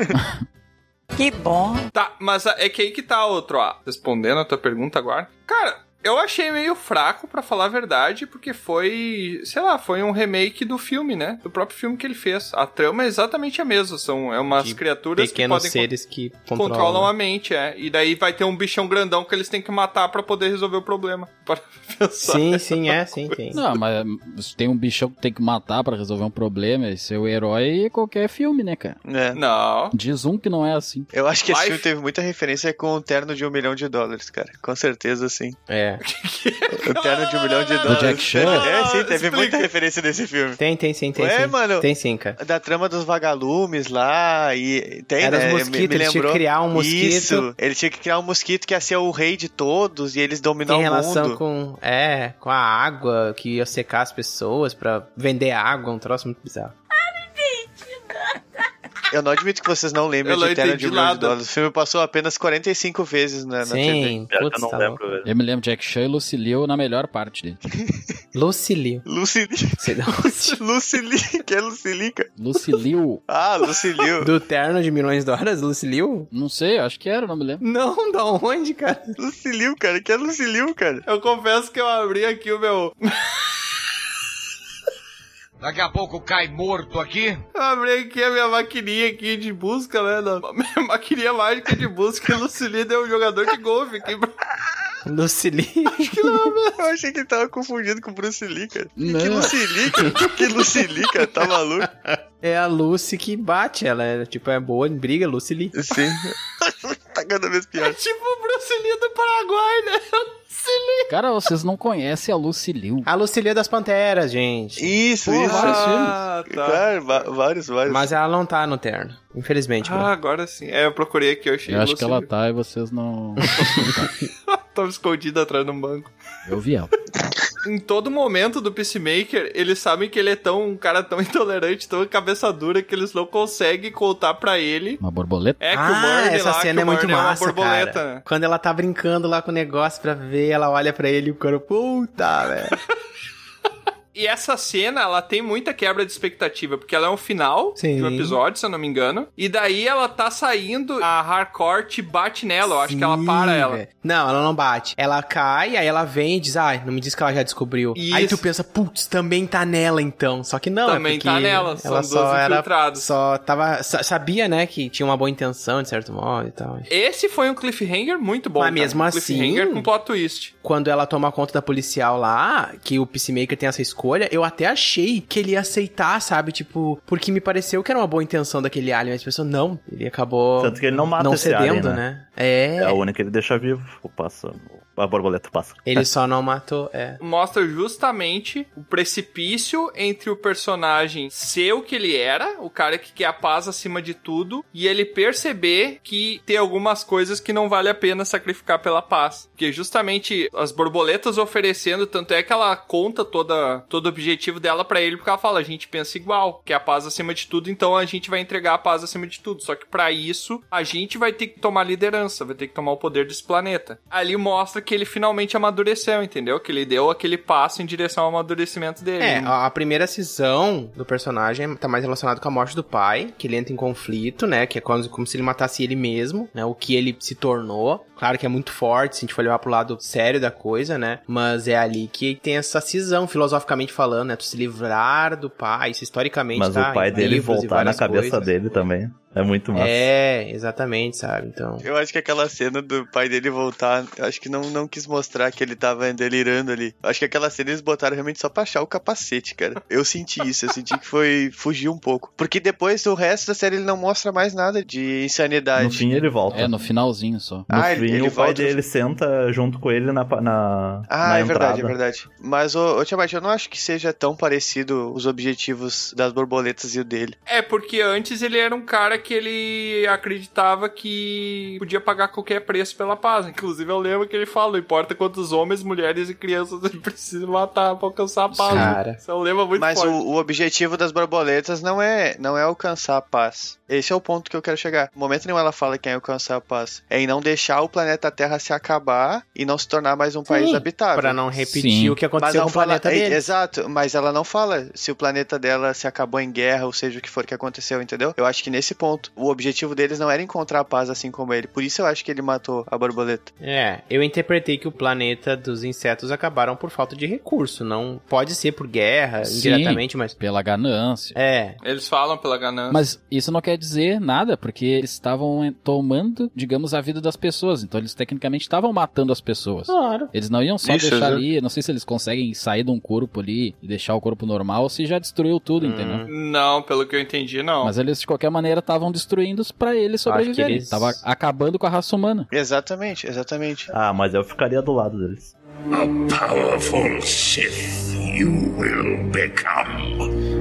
J: Que bom.
D: Tá, mas é que aí que tá outro, ó. Respondendo a tua pergunta agora. Cara, eu achei meio fraco, pra falar a verdade, porque foi, sei lá, foi um remake do filme, né? Do próprio filme que ele fez. A trama é exatamente a mesma. São é umas
B: De
D: criaturas que
B: Pequenos
D: podem
B: seres que
D: con-
B: controlam. né?
D: controlam a mente, é. E daí vai ter um bichão grandão que eles têm que matar pra poder resolver o problema. Para pensar.
B: Sim, sim, é, sim, tem.
F: Não, mas se tem um bichão que tem que matar pra resolver um problema, esse é o herói é qualquer filme, né, cara?
A: É.
D: Não.
F: Diz um que não é assim.
A: Eu acho que esse
D: Life-
A: filme teve muita referência com o terno de um milhão de dólares, cara. Com certeza, sim.
B: É.
A: O terno de um milhão de
D: Do
A: dólares.
F: Jack Chan?
A: É, sim, teve
D: Explica.
A: muita referência nesse filme.
B: Tem, tem sim, tem
A: Ué,
B: sim.
A: mano?
B: Tem sim, cara.
A: Da trama dos vagalumes lá e. Tem,
B: Era os
A: né? Me-
B: mosquitos,
A: me
B: eles tinham que
A: lembrou.
B: criar um mosquito
A: Isso, ele tinha que criar um mosquito que ia ser o rei de todos e eles
B: que
A: dominar
B: tem
A: o
B: relação
A: mundo.
B: com. É, com a água que ia secar as pessoas pra vender água, um troço muito bizarro.
A: Eu não admito que vocês não lembrem
D: Eu não
A: de Terra de
D: entendi
A: um Milhão de
D: nada.
A: Dólares. O filme passou apenas 45 vezes na, na TV.
B: sim,
E: Pior que
B: putz,
E: eu
B: tá
E: não
B: louco.
E: lembro, velho.
F: Eu me lembro de Jack Chan e Lucy Liu na melhor parte dele.
B: Lucilio.
A: Lucili.
B: Sei lá.
A: Lucili. Que é Lucili, cara?
F: Lucy Liu,
A: Ah, Lucilio.
B: Do terno de milhões de dólares, Lucilio?
F: não sei, acho que era, não me lembro.
B: Não, da onde, cara?
A: Lucilio, cara. Que é Lucilio, cara?
D: Eu confesso que eu abri aqui o meu.
G: Daqui a pouco cai morto aqui.
D: Eu abri aqui a minha maquininha aqui de busca, né? na- Minha maquininha mágica de busca. E Lucilida é um jogador de golfe aqui.
B: Lucilio.
A: Eu achei que ele tava confundido com o Bruce Lee, cara. Que
F: Não.
A: Lucili, cara? Que Lucili, cara? Tá maluco?
B: É a Lucy que bate, ela é, tipo, é boa em briga, Lucilio.
A: Sim. tá cada vez
D: É
A: pior.
D: tipo o Brucilinho do Paraguai, né?
F: Cara, vocês não conhecem a Lucy Liu.
B: A Lucilio das Panteras, gente.
A: Isso,
F: Pô,
A: isso.
F: vários
D: Ah, Tá.
A: Claro, va- vários, vários.
B: Mas ela não tá no terno, infelizmente.
D: Ah, agora sim. É, eu procurei aqui, eu achei
F: Eu acho que ela
D: Lucilio.
F: tá e vocês não.
D: Tava escondida atrás de um banco.
F: Eu vi ela.
D: Em todo momento do Peacemaker, eles sabem que ele é tão um cara tão intolerante, tão cabeça dura, que eles não conseguem contar pra ele.
F: Uma borboleta.
D: É que o
B: ah,
D: Murray
B: essa
D: lá, que
B: cena
D: o
B: é muito
D: Murray uma
B: massa,
D: borboleta,
B: cara.
D: né?
B: Quando ela tá brincando lá com o negócio pra ver, ela olha pra ele e o cara, puta, velho.
D: E essa cena, ela tem muita quebra de expectativa, porque ela é um final
B: Sim.
D: de um episódio, se eu não me engano. E daí ela tá saindo, a Hardcore te bate nela, eu acho que ela
B: Sim,
D: para ela.
B: velho. Não, ela não bate. Ela cai, aí ela vem e diz, ai, não me diz que ela já descobriu. Aí
D: Isso.
B: tu pensa, putz, também tá nela então. Só que não, é
D: Também tá
B: porque
D: nela, são
B: ela
D: duas
B: só era,
D: infiltradas.
B: só tava, sa- sabia, né, que tinha uma boa intenção, de certo modo e tal.
D: Esse foi um cliffhanger muito bom.
B: Mas
D: cara.
B: mesmo
D: um
B: assim-
D: Cliffhanger com plot twist.
B: Quando ela toma conta da policial lá, que o Peacemaker tem essa escolha, eu até achei que ele ia aceitar, sabe? Tipo, porque me pareceu que era uma boa intenção daquele alien, mas pensou, não, ele acabou
E: Tanto que ele não mata
B: não
E: esse
B: cedendo,
E: alien, né?
B: né? É,
E: É a única que ele deixa vivo. O pássaro. A borboleta passa.
B: ele só não matou, é.
D: mostra justamente o precipício entre o personagem ser o que ele era, o cara que quer a paz acima de tudo, e ele perceber que tem algumas coisas que não vale a pena sacrificar pela paz. Porque justamente as borboletas oferecendo, tanto é que ela conta toda, todo o objetivo dela pra ele, porque ela fala, a gente pensa igual, que é a paz acima de tudo, então a gente vai entregar a paz acima de tudo. Só que pra isso, a gente vai ter que tomar liderança, vai ter que tomar o poder desse planeta. Ali mostra que ele finalmente amadureceu, entendeu? Que ele deu aquele passo em direção ao amadurecimento dele.
B: É, a a primeira cisão do personagem tá mais relacionado com a morte do pai, que ele entra em conflito, né? Que é como, como se ele matasse ele mesmo, né? O que ele se tornou. Claro que é muito forte, se a gente for levar pro lado sério da coisa, né? Mas é ali que tem essa cisão, filosoficamente falando, né? Tu se livrar do pai, isso historicamente
E: Mas
B: tá
E: o pai
B: em
E: dele
B: livros e
E: voltar na
B: várias
E: cabeça
B: coisas.
E: dele também. É muito massa.
B: É, exatamente, sabe? Então...
A: Eu acho que aquela cena do pai dele voltar, eu acho que não, não quis mostrar que ele tava delirando ali. Eu acho que aquela cena eles botaram realmente só pra achar o capacete, cara. Eu senti isso, eu senti que foi fugir um pouco. Porque depois o resto da série ele não mostra mais nada de
E: No
A: insanidade.
E: fim ele volta.
F: É, no finalzinho só.
E: No
A: Ah,
E: fim,
A: ele- ele
E: o pai
A: volta-
E: dele senta junto com ele na. pa- na
A: Ah,
E: na
A: é verdade, é
E: entrada.
A: verdade. Mas, ô, ô Tiamat, eu não acho que seja tão parecido os objetivos das borboletas e o dele.
D: É, porque antes ele era um cara que ele acreditava que podia pagar qualquer preço pela paz. Inclusive, eu lembro que ele fala: não importa quantos homens, mulheres e crianças ele precisa matar pra alcançar a paz.
B: Cara.
D: Isso é um lema muito
A: Mas o,
D: forte.
A: o objetivo das borboletas não é não é alcançar a paz. Esse é o ponto que eu quero chegar. No momento nenhum ela fala que é alcançar a paz. É em não deixar o planeta Terra se acabar e não se tornar mais um país habitável.
B: Pra não repetir
F: Sim.
B: o que
A: mas
B: aconteceu
A: não
B: com o
A: fala,
B: planeta
A: é,
B: dele.
A: exato, mas ela não fala se o planeta dela se acabou em guerra ou seja o que for que aconteceu, entendeu? Eu acho que nesse ponto o objetivo deles não era encontrar a paz assim como ele. Por isso eu acho que ele matou a borboleta.
B: É, eu interpretei que o planeta dos insetos acabaram por falta de recurso. Não pode ser por guerra,
F: Sim.
B: indiretamente, mas.
F: Pela ganância.
B: É.
D: Eles falam pela ganância.
F: Mas isso não quer dizer nada, porque eles estavam tomando, digamos, a vida das pessoas. Então eles tecnicamente estavam matando as pessoas.
B: Claro.
F: Eles não iam só
A: Isso,
F: deixar
A: né?
F: ali. Não sei se eles conseguem sair de um corpo ali e deixar o corpo normal, ou se já destruiu tudo,
B: Hum.
F: entendeu?
D: Não, pelo que eu entendi, não.
F: Mas eles, de qualquer maneira, estavam destruindo pra eles sobreviverem.
B: eles-
F: Tava acabando com a raça humana.
A: Exatamente, exatamente.
E: Ah, mas eu ficaria do lado deles.
J: Powerful Sith you will become.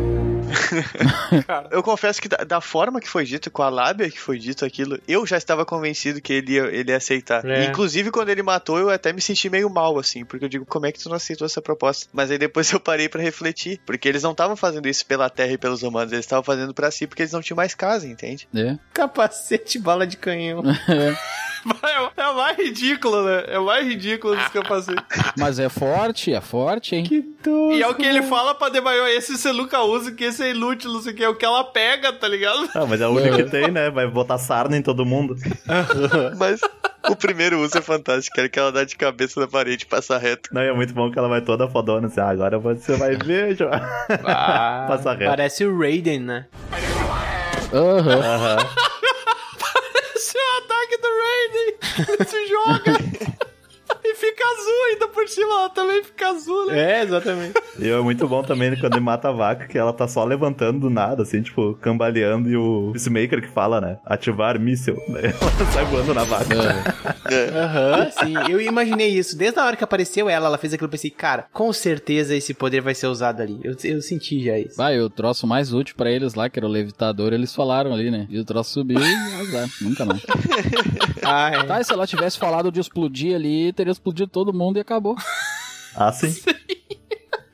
A: Eu confesso que da, da forma que foi dito, com a lábia que foi dito aquilo, eu já estava convencido que ele ia, ele ia aceitar.
B: É.
A: Inclusive, quando ele matou, eu até me senti meio mal, assim, porque eu digo, como é que tu não aceitou essa proposta? Mas aí depois eu parei pra refletir, porque eles não estavam fazendo isso pela Terra e pelos humanos, eles estavam fazendo pra si, porque eles não tinham mais casa, entende?
F: É.
B: Capacete, bala de canhão.
D: É, é o mais ridículo, né? É o mais ridículo dos capacetes.
F: Mas é forte, é forte, hein?
B: que doido.
D: e é o que ele fala pra Demayo, esse você nunca usa, que esse é inútil, não sei o que, é o que ela pega, tá ligado?
E: Ah, mas é o único que tem, né? Vai botar sarna em todo mundo.
A: Mas o primeiro uso é fantástico, era que ela dá de cabeça na parede e passa reto.
E: Não, e é muito bom que ela vai toda fodona assim. Ah, agora você vai ver, João. Passa reto.
B: Ah, Parece o Raiden, né?
F: Aham.
D: Esse é o ataque do Raiden! Se joga! e fica azul ainda por cima, ela também fica azul, né?
B: É, exatamente.
E: E é muito bom também quando ele mata a vaca, que ela tá só levantando do nada, assim, tipo, cambaleando. E o Peacemaker que fala, né? Ativar míssil. Daí Ela sai voando na vaca.
B: Aham, sim. Eu imaginei isso. Desde a hora que apareceu ela, ela fez aquilo. Eu pensei, cara, com certeza esse poder vai ser usado ali. Eu, eu senti já isso.
F: Vai, o troço mais útil pra eles lá, que era o levitador, eles falaram ali, né? E o troço subiu e azar. Nunca mais.
B: Ah, é.
F: Tá, e se ela tivesse falado de explodir ali, teria explodido todo mundo e acabou.
E: Ah, sim.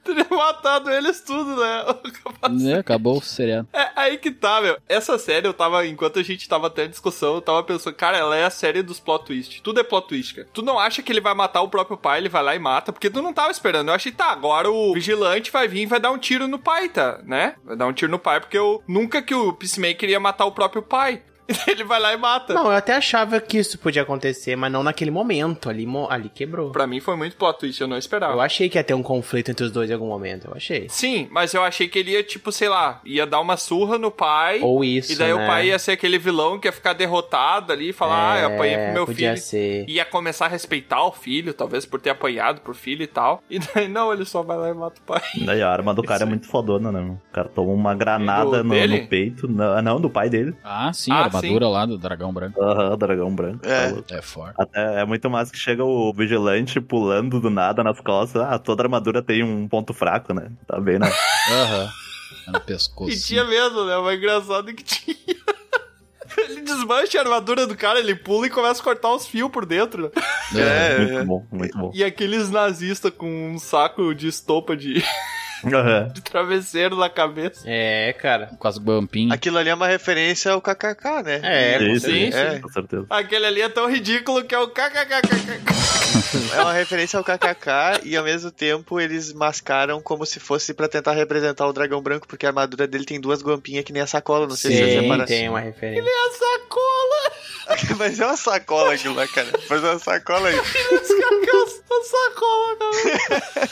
D: Teria matado eles tudo, né?
F: né? Acabou o seriado.
D: É aí que tá, meu. Essa série, eu tava, enquanto a gente tava tendo discussão, eu tava pensando, cara, ela é a série dos plot twist. Tudo é plot twist, cara. Tu não acha que ele vai matar o próprio pai, ele vai lá e mata, porque tu não tava esperando. Eu achei, tá, agora o vigilante vai vir e vai dar um tiro no pai, tá? Né? Vai dar um tiro no pai, porque eu nunca que o Peacemaker ia matar o próprio pai. Ele vai lá e mata.
B: Não, eu até achava que isso podia acontecer, mas não naquele momento. Ali, mo- ali quebrou.
D: Pra mim foi muito plot twist, eu não esperava.
B: Eu achei que ia ter um conflito entre os dois em algum momento. Eu achei.
D: Sim, mas eu achei que ele ia, tipo, sei lá, ia dar uma surra no pai.
B: Ou isso,
D: E daí
B: né?
D: o pai ia ser aquele vilão que ia ficar derrotado ali e falar, ah, eu apanhei pro meu
B: É, podia
D: filho.
B: ser.
D: Ia começar a respeitar o filho, talvez por ter apanhado pro filho e tal. E daí, não, ele só vai lá e mata o pai.
E: Daí a arma do cara é muito fodona, né? meu? O cara toma uma granada
D: Do
E: no,
D: dele?
E: no peito. Não, não, do pai dele.
F: Ah, sim,
D: Ah,
F: a armadura lá do dragão branco.
E: Aham, dragão branco.
A: É.
E: tá louco.
F: É forte.
E: Até é muito massa que chega o vigilante pulando do nada nas costas. Ah, toda armadura tem um ponto fraco, né? Tá bem, né?
F: Aham. É no
D: E
F: pescoço.
D: tinha mesmo, né? Mas engraçado que tinha. Ele desmancha a armadura do cara, ele pula e começa a cortar os fios por dentro.
A: É,
E: muito bom, muito bom.
D: E aqueles nazistas com um saco de estopa de,
E: Aham.
D: de travesseiro na cabeça.
B: É, cara.
F: Com as bumpinhas.
A: Aquilo ali é uma referência ao KKK, né?
B: É, com
E: Isso,
D: certeza.
E: isso,
A: É.
E: com certeza.
D: Aquele ali é tão ridículo que é o kkkk.
A: É uma referência ao KKK e ao mesmo tempo eles mascaram como se fosse pra tentar representar o dragão branco, porque a armadura dele tem duas guampinhas que nem a sacola, não sei se você
B: Sim,
A: separa.
B: tem uma referência.
D: A sacola,
A: Mas é uma sacola aquilo lá, cara. Mas é uma sacola aí.
D: os caras a sacola, não.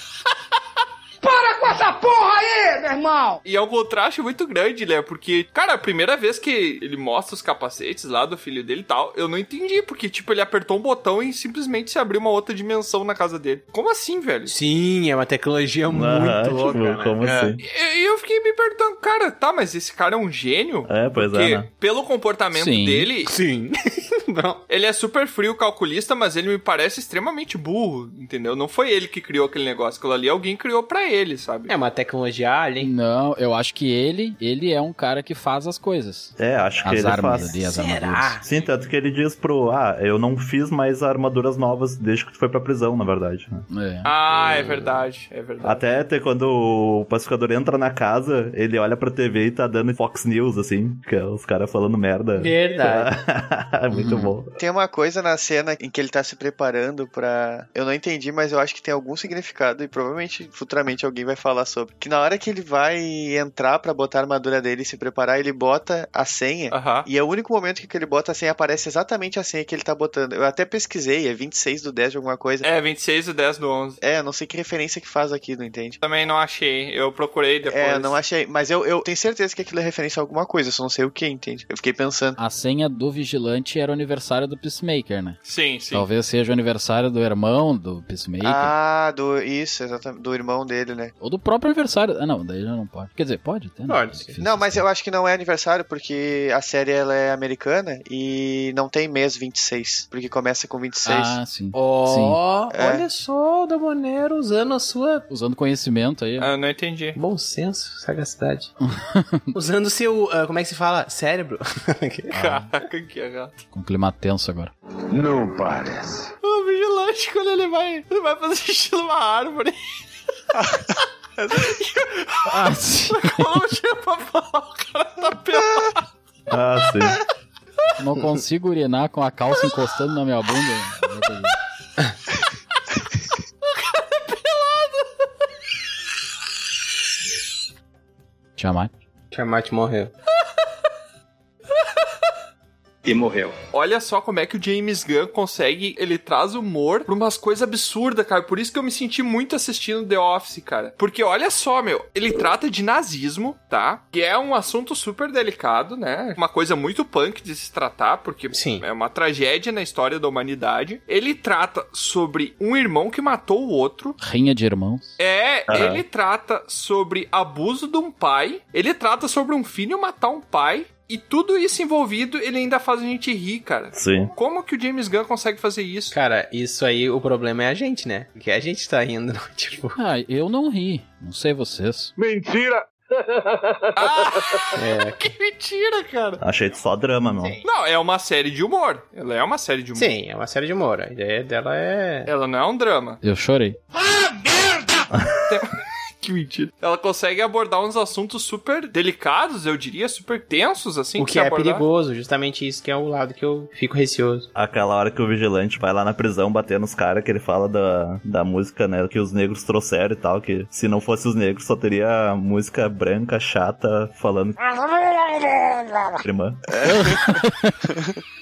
C: Para com essa porra aí, meu irmão!
D: E é um contraste muito grande, né? Porque, cara, a primeira vez que ele mostra os capacetes lá do filho dele e tal, eu não entendi, porque, tipo, ele apertou um botão e simplesmente se abriu uma outra dimensão na casa dele. Como assim, velho?
B: Sim, é uma tecnologia
E: Aham,
B: muito
E: tipo,
B: louca, né?
E: como
B: É.
E: assim?
D: E e eu fiquei me perguntando, cara, tá, mas esse cara é um gênio?
E: É, pois
D: Porque,
E: é, né?
D: pelo comportamento
F: Sim.
D: dele,
B: Sim. Não.
D: ele é super frio calculista, mas ele me parece extremamente burro, entendeu? Não foi ele que criou aquele negócio, aquilo ali alguém criou pra ele, sabe?
B: É uma tecnologia alien.
F: Não, eu acho que ele, ele é um cara que faz as coisas.
E: É, acho que
F: as
E: ele
F: armas
E: faz.
F: ali, as armaduras.
B: Será?
E: Sim, tanto que ele diz pro. Ah, eu não fiz mais armaduras novas desde que tu foi pra prisão, na verdade. né?
F: É.
D: Ah, é verdade, é verdade.
E: Até ter quando o pacificador entra na casa, ele olha pra TV e tá dando Fox News, assim, que é os caras falando merda.
B: Verdade.
E: Muito
B: Uhum.
E: bom.
A: Tem uma coisa na cena em que ele tá se preparando pra. Eu não entendi, mas eu acho que tem algum significado e provavelmente futuramente alguém vai falar sobre. Que na hora que ele vai entrar pra botar a armadura dele e se preparar, ele bota a senha.
D: Aham.
A: E é o único momento que ele bota a senha, aparece exatamente a senha que ele tá botando. Eu até pesquisei, é 26 do 10 de alguma coisa.
D: É, 26 e 10 do 11.
A: É, não sei que referência que faz aqui, não entende?
D: Também não achei, eu procurei depois.
A: É, não achei. Mas eu, eu tenho certeza que aquilo é referência a alguma coisa, eu só não sei o que, entende? Eu fiquei pensando.
F: A senha do vigilante era o aniversário do Peacemaker, né?
D: Sim, sim.
F: Talvez seja o aniversário do irmão do Peacemaker.
A: Ah, do. Isso, exatamente. Do irmão dele, né?
F: Ou do próprio aniversário. Ah, não, daí já não pode. Quer dizer, pode até, né?
B: Pode,
F: É
B: sim.
F: difícil
A: Não, mas
F: saber.
A: eu acho que não é aniversário, porque a série ela é americana e não tem mês 26, porque começa com 26.
F: Ah, sim.
B: Ó,
A: É.
B: olha só o Damoneiro usando a sua
F: Usando conhecimento aí. né?
D: Ah, Eu não entendi.
B: bom senso, sagacidade. usando seu, ah, como é que se fala? Cérebro.
D: Caraca, que gato.
F: Com clima tenso agora.
J: Não parece.
D: O vigilante, quando ele vai, ele vai fazer xixi numa árvore.
F: Ah, sim.
D: Como chega pra falar, o cara tá pelado.
E: Ah, sim.
F: Não consigo urinar com a calça encostando na minha bunda. né? Chamar.
B: Chamate morreu.
D: Olha só como é que o James Gunn consegue. Ele traz humor pra umas coisas absurdas, cara. Por isso que eu me senti muito assistindo The Office, cara. Porque olha só, meu. Ele trata de nazismo, tá? Que é um assunto super delicado, né? Uma coisa muito punk de se tratar, porque
B: Sim.
D: é uma tragédia na história da humanidade. Ele trata sobre um irmão que matou o outro.
F: Rinha de irmãos.
D: É,
E: Aham.
D: ele trata sobre abuso de um pai, ele trata sobre um filho matar um pai, e tudo isso envolvido, ele ainda faz a gente rir, cara.
E: Sim.
D: Como que o James Gunn consegue fazer isso?
B: Cara, isso aí, o problema é a gente, né? Porque a gente tá rindo, tipo...
F: Ah, eu não ri. Não sei vocês.
G: Mentira!
B: É,
D: Que mentira, cara!
E: Achei só drama, meu.
D: Não, é uma série de humor. Ela é uma série de humor.
B: sim, é uma série de humor. A ideia dela é...
D: Ela não é um drama.
F: Eu chorei.
D: Tem- que mentira. Ela consegue abordar uns assuntos super delicados, eu diria, super tensos, assim.
K: o que
D: se
K: é
D: abordar.
K: perigoso, justamente isso que é o lado que eu fico receoso.
E: Aquela hora que o vigilante vai lá na prisão bater nos caras, que ele fala da, da música, né? Que os negros trouxeram e tal, que se não fosse os negros só teria música branca, chata, falando. Irmã.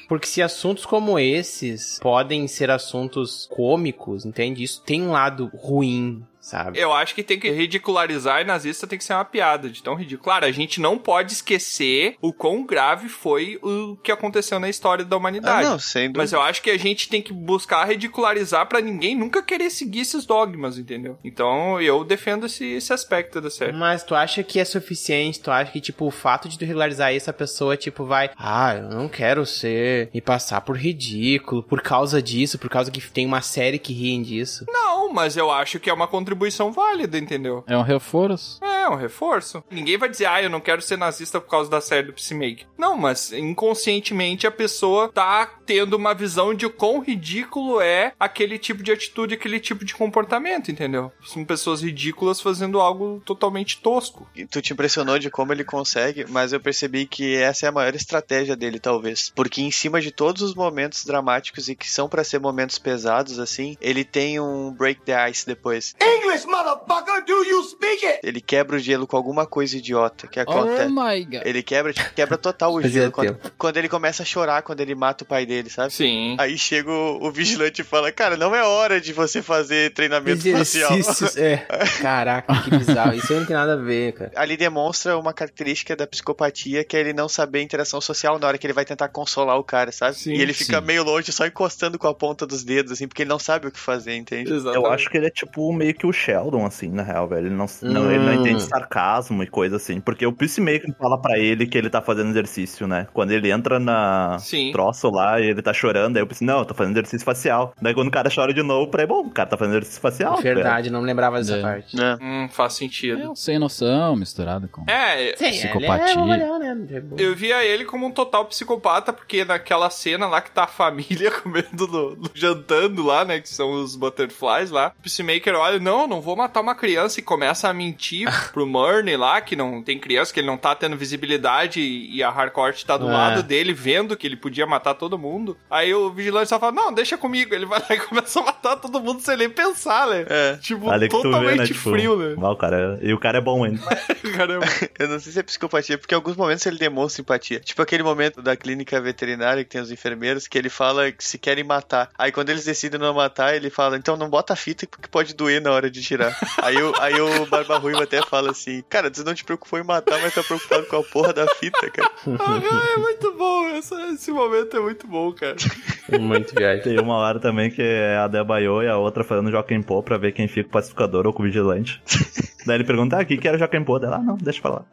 K: Porque se assuntos como esses podem ser assuntos cômicos, entende? Isso tem um lado ruim, sabe?
D: Eu acho que tem que ridicularizar e nazista tem que ser uma piada de tão ridículo. Claro, a gente não pode esquecer o quão grave foi o que aconteceu na história da
A: Ah,
D: humanidade.
A: não, sem dúvida.
D: Mas eu acho que a gente tem que buscar ridicularizar pra ninguém nunca querer seguir esses dogmas, entendeu? Então eu defendo esse, esse aspecto da
B: Uhum.
D: série.
K: Mas tu acha que é suficiente? Tu acha que, tipo, o fato de tu regularizar isso, a pessoa, tipo, vai... Ah, eu não quero ser... Me passar por ridículo por causa disso, por causa que tem uma série que riem disso.
D: Não, mas eu acho que é uma contribuição válida, entendeu?
F: É um reforço?
D: É, um reforço. Ninguém vai dizer, ah, eu não quero ser nazista por causa da série do Peacemaker. Não, mas inconscientemente a pessoa tá tendo uma visão de quão ridículo é aquele tipo de atitude, aquele tipo de comportamento, entendeu? São pessoas ridículas fazendo algo totalmente tosco.
A: E tu te impressionou de como ele consegue, mas eu percebi que essa é a maior estratégia dele, talvez. Porque em cima de todos os momentos dramáticos e que são pra ser momentos pesados, assim, ele tem um break the ice depois.
C: English, motherfucker, do you speak it?
A: Ele quebra o gelo com alguma coisa idiota que
F: Oh
A: acontece.
F: my god.
A: Ele quebra, tipo, quebra total o
K: Fazia
A: gelo quando, quando ele começa a chorar, quando ele mata o pai dele, sabe?
D: Sim.
A: Aí chega o, o vigilante e fala, cara, não é hora de você fazer treinamento facial.
K: Exercícios, é. Caraca, que bizarro. Isso não tem nada a ver, cara.
A: ali demonstra uma característica da psicopatia que é ele não saber interação social na hora que ele vai tentar consolar o cara, sabe?
D: Sim,
A: e ele fica
F: sim.
A: meio longe, só encostando com a ponta dos dedos, assim, porque ele não sabe o que fazer, entende?
E: Eu acho que ele é tipo meio que o Sheldon, assim, na real, velho. Ele não, não-
K: Hum.
E: ele não entende sarcasmo e coisa assim. Porque o Peacemaker fala pra ele que ele tá fazendo exercício, né? Quando ele entra na
D: Sim.
E: troço lá e ele tá chorando, aí eu pensei, não, eu tô fazendo exercício facial. Daí quando o cara chora de novo, pra ele, bom, o cara tá fazendo exercício facial. velho.
K: Verdade, não me lembrava dessa
F: É.
K: parte.
A: Né?
D: Hum, faz sentido.
F: É um sem noção misturado com.
D: É,
K: Sim,
F: Psicopatia.
K: ele é bobalhão, né? É bom.
D: Eu via ele como um total psicopata, porque naquela cena lá que tá a família comendo, no, no- jantando lá, né? Que são os butterflies lá. O Peacemaker olha, não, não vou matar uma criança e começa a mentir pro Murney lá, que não tem criança, que ele não tá tendo visibilidade e e a Harcourt tá do
K: É.
D: lado dele, vendo que ele podia matar todo mundo. Aí o vigilante só fala, não, deixa comigo. Ele vai lá e começa a matar todo mundo sem nem pensar, né?
A: É,
D: Tipo,
E: Ali que tu
D: totalmente
E: vê, né? Tipo,
D: frio, né?
E: "Bah, o cara, e o cara é bom ainda.
D: Caramba.
A: eu não sei se é psicopatia, porque em alguns momentos ele demonstra empatia. Tipo aquele momento da clínica veterinária que tem os enfermeiros, que ele fala que se querem matar. Aí quando eles decidem não matar, ele fala, então não bota a fita porque pode doer na hora de tirar. aí, o, aí o Barba Ruiva até fala assim, cara, tu não te preocupou em matar, mas tá preocupado com a porra da fita, cara.
D: Ah, é muito bom. Essa- esse momento é muito bom, cara.
K: Muito viagem.
E: Tem uma hora também que é a Debaio e a outra fazendo Joaquim Pô pra ver quem fica com o pacificador ou com o vigilante. Daí ele pergunta, ah, o que que era o Joaquim Pô? Daí ela, ah, não, deixa pra lá.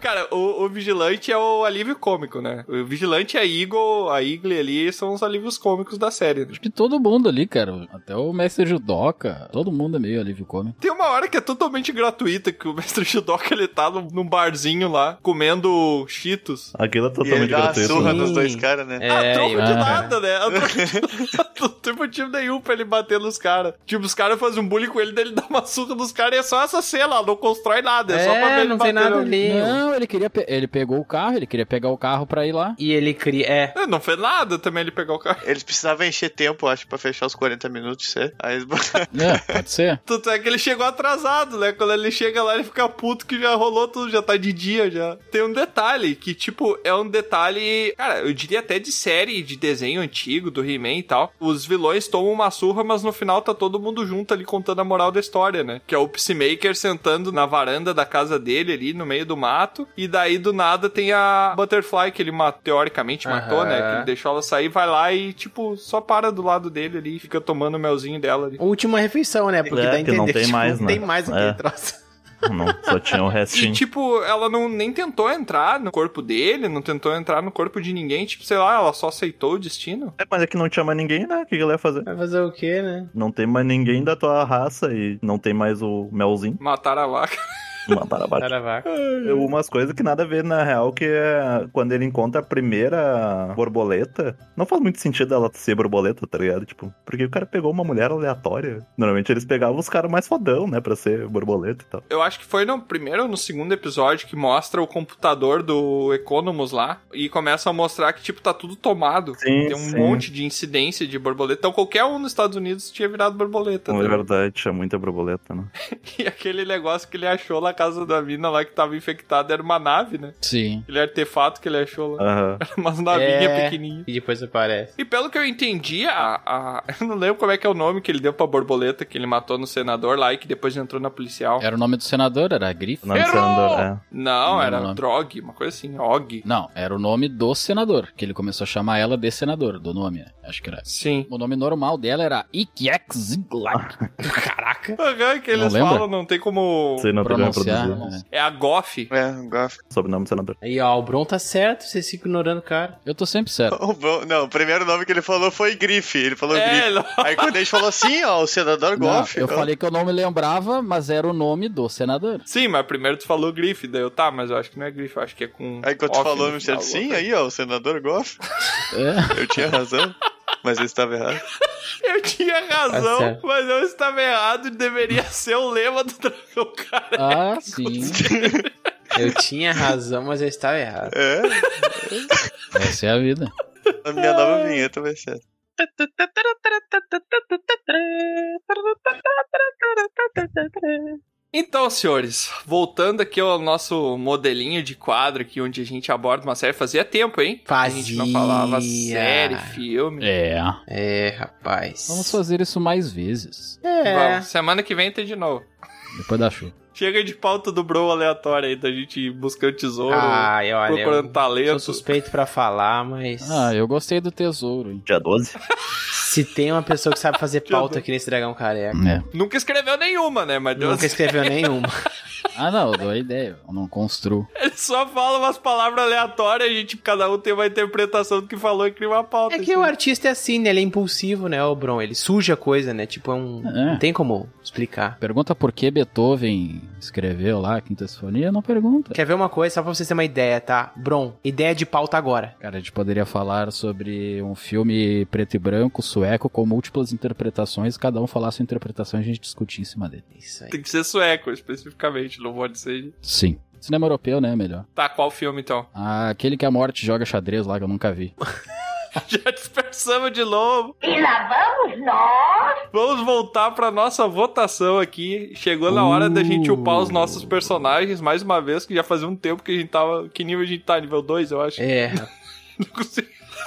D: Cara, o, o Vigilante é o alívio cômico, né? O Vigilante e a Eagle, a Eagle ali são os alívios cômicos da série. né?
F: Acho que todo mundo ali, cara. Até o mestre Judoca. Todo mundo é meio alívio come.
D: Tem uma hora que é totalmente gratuita, que o Mestre Shidoka, ele tá num- num barzinho lá, comendo cheetos.
E: Aquilo é
A: E ele
E: totalmente
A: dá uma
E: gratuito.
A: surra
E: né?
A: nos dois caras, né?
K: É,
D: a troco
K: eu-
D: de
F: ah.
D: nada, né? A troco de nada. Não tem motivo nenhum pra ele bater nos caras. Tipo, os caras fazem um bullying com ele, daí ele dá uma surra nos caras e é só essa cena, ela não constrói nada. É, só pra ver
K: É,
D: ele
K: não tem
D: bater
K: nada
D: no-
K: ali.
F: Não, ele queria. pe- Ele pegou o carro, ele queria pegar o carro pra ir lá.
K: E ele cria. É.
D: É, Não fez nada também ele pegar o carro.
A: Eles precisavam encher tempo, acho, pra fechar os 40 minutos, é? Aí eles botaram-
F: É, pode ser.
D: Tanto é que ele chegou atrasado, né? Quando ele chega lá, ele fica puto que já rolou tudo, já tá de dia já. Tem um detalhe que, tipo, é um detalhe, cara, eu diria até de série, de desenho antigo, do He-Man e tal. Os vilões tomam uma surra, mas no final tá todo mundo junto ali contando a moral da história, né? Que é o Peacemaker sentando na varanda da casa dele ali, no meio do mato. E daí do nada tem a Butterfly, que ele ma- teoricamente matou,
K: Aham.
D: né? Que ele deixou ela sair, vai lá e, tipo, só para do lado dele ali e fica tomando o melzinho dela ali.
K: Última refeição, né? Porque
E: É,
K: dá a
E: que não
K: entender
E: tem
K: que
E: mais,
K: não
E: né?
K: tem mais aquele
E: É.
K: troço.
A: né?
E: Não, só tinha o
D: E,
E: restinho.
D: tipo, ela não nem tentou entrar no corpo dele, não tentou entrar no corpo de ninguém. Tipo, sei lá, ela só aceitou o destino.
E: É, mas é que não tinha mais ninguém, né? O que, que ele ia fazer?
K: Vai fazer o quê, né?
E: Não tem mais ninguém da tua raça e não tem mais o melzinho.
D: Mataram a vaca.
E: Uma baravaca.
K: Baravaca.
E: Eu- Umas coisas que nada a ver, na real, que é quando ele encontra a primeira borboleta, não faz muito sentido ela ser borboleta, tá ligado? Tipo, porque o cara pegou uma mulher aleatória. Normalmente eles pegavam os caras mais fodão, né, pra ser borboleta e tal.
D: Eu acho que foi no primeiro ou no segundo episódio que mostra o computador do Economus lá e começa a mostrar que, tipo, tá tudo tomado.
E: Sim,
D: Tem um
E: sim.
D: monte de incidência de borboleta. Então qualquer um nos Estados Unidos tinha virado borboleta.
E: Não é
D: né?
E: verdade, tinha muita borboleta, né?
D: E aquele negócio que ele achou na casa da mina lá que tava infectada era uma nave, né?
F: Sim.
D: Aquele artefato que ele achou lá.
E: Aham.
D: Era umas navinhas
K: É.
D: pequenininhas.
K: E depois aparece.
D: E pelo que eu entendi, a, a- Eu não lembro como é que é o nome que ele deu pra borboleta que ele matou no senador lá e que depois entrou na policial.
F: Era o nome do senador, era Griffin?
E: O nome do senador é.
D: Não,
F: É. Não,
D: era
F: não.
D: Drog, uma coisa assim, Og.
F: Não, era o nome do senador, que ele começou a chamar ela de senador, do nome, né? acho que era.
D: Sim.
F: O nome normal dela era Ikiek Ziglag.
K: Caraca.
D: Aham, que eles
F: Não lembra?
D: falam, não tem como.
E: Você não tem como
F: Pronunciar,
E: produzir
F: né?
D: É a Goff.
A: É, Goff.
E: sobrenome do senador.
K: Aí, ó, o Bron tá certo, vocês ficam ignorando o cara.
F: Eu tô sempre certo.
A: O bom- não, o primeiro nome que ele falou foi Grife. Ele falou
D: É,
A: Grife.
D: não.
A: Aí quando a gente falou assim, ó, o senador
F: Não,
A: Goff.
F: eu
A: ó,
F: falei que eu não me lembrava, mas era o nome do senador.
D: Sim, mas primeiro tu falou Griff, daí eu, tá, mas eu acho que não é Griff, eu acho que é com.
A: Aí quando tu
D: off
A: falou,
D: no
A: me
D: final,
A: disseram sim,
D: alguma
A: aí, ó, o senador Goff.
F: É.
A: Eu tinha razão, mas eu estava errado.
D: coisa. Eu tinha razão,
K: Tá certo.
D: mas eu estava errado e deveria ser o lema do Dragão Careca.
F: Ah, sim.
K: Eu tinha razão, mas eu estava errado.
A: É,
F: Essa é a vida.
A: a minha nova vinheta vai ser.
D: Então, senhores, voltando aqui ao nosso modelinho de quadro aqui, onde a gente aborda uma série, fazia tempo, hein? A gente não
K: Fazia.
D: falava série, filme.
F: É.
K: É, rapaz.
F: Vamos fazer isso mais vezes.
K: É.
D: Vamos, semana que vem tem de novo.
F: Depois da chuva.
D: Chega de pauta do bro aleatório aí, da gente buscando tesouro,
K: Ai, olha.
D: procurando
K: Eu
D: talento.
K: Ah, sou suspeito pra falar, mas.
F: Ah, eu gostei do tesouro, hein?
E: Dia 12?
K: Se tem uma pessoa que sabe fazer pauta aqui nesse dragão careca.
F: É.
D: Nunca escreveu nenhuma, né? Mas Deus,
K: Nunca escreveu nenhuma.
F: Ah, não, eu dou a ideia. Eu não construo.
D: ele só fala umas palavras aleatórias, a gente, cada um tem uma interpretação do que falou e cria uma pauta.
K: É que o artista é assim, né? Ele é impulsivo, né, o Bron? Ele suja a coisa, né? Tipo, é um.
F: É.
K: Não tem como explicar.
F: Pergunta por que Beethoven escreveu lá a Quinta Sinfonia? Não pergunta.
K: Quer ver uma coisa, só pra vocês terem uma ideia, tá? Bron, ideia de pauta agora.
F: Cara, a gente poderia falar sobre um filme preto e branco, sueco, com múltiplas interpretações, cada um falar sua interpretação e a gente discutir em cima dele.
K: Isso aí.
D: Tem que ser sueco, especificamente, não pode ser...
F: Sim. Cinema europeu, né? Melhor.
D: Tá, qual filme, então?
F: Ah, aquele que a morte joga xadrez lá, que eu nunca vi.
D: Já dispersamos de novo.
H: E lá vamos nós!
D: Vamos voltar pra nossa votação aqui. Chegou na hora da gente upar os nossos personagens, mais uma vez, que já fazia um tempo que a gente tava... Que nível a gente tá? Nível 2, eu acho.
K: É,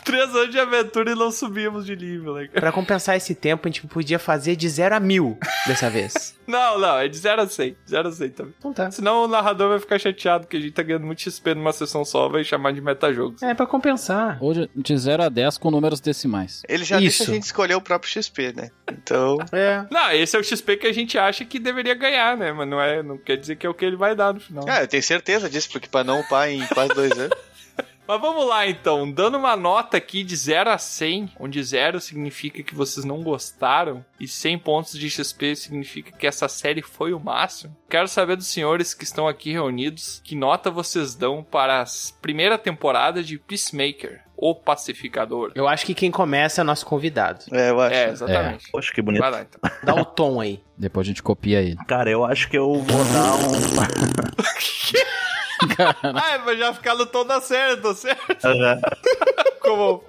D: Três anos de aventura e não subimos de nível, né?
K: pra compensar esse tempo, a gente podia fazer de 0 a mil dessa vez.
D: Não, não, é de 0 a 100. 0 a 100 também.
K: Então tá.
D: Senão o narrador vai ficar chateado que a gente tá ganhando muito XP numa sessão só, vai chamar de metajogo.
K: É, pra compensar.
F: Hoje, de 0 a 10 com números decimais.
A: Ele já
K: Isso.
A: deixa a gente escolher o próprio XP, né? Então,
K: É.
D: Não, esse é o XP que a gente acha que deveria ganhar, né? Mas não, é, não quer dizer que é o que ele vai dar no final.
A: ah, eu tenho certeza disso, porque pra não upar em quase dois anos.
D: Mas vamos lá então, dando uma nota aqui de 0 a 100, onde 0 significa que vocês não gostaram e 100 pontos de XP significa que essa série foi o máximo. Quero saber dos senhores que estão aqui reunidos, que nota vocês dão para a primeira temporada de Peacemaker, o Pacificador.
K: Eu acho que quem começa é o nosso convidado.
A: É, eu acho.
D: É, exatamente.
E: Poxa, que bonito.
D: Vai lá então.
K: Dá o tom aí.
F: Depois a gente copia ele.
E: Cara, eu acho que eu vou dar um.
D: Ah, mas já ficaram toda certo, certo? Como?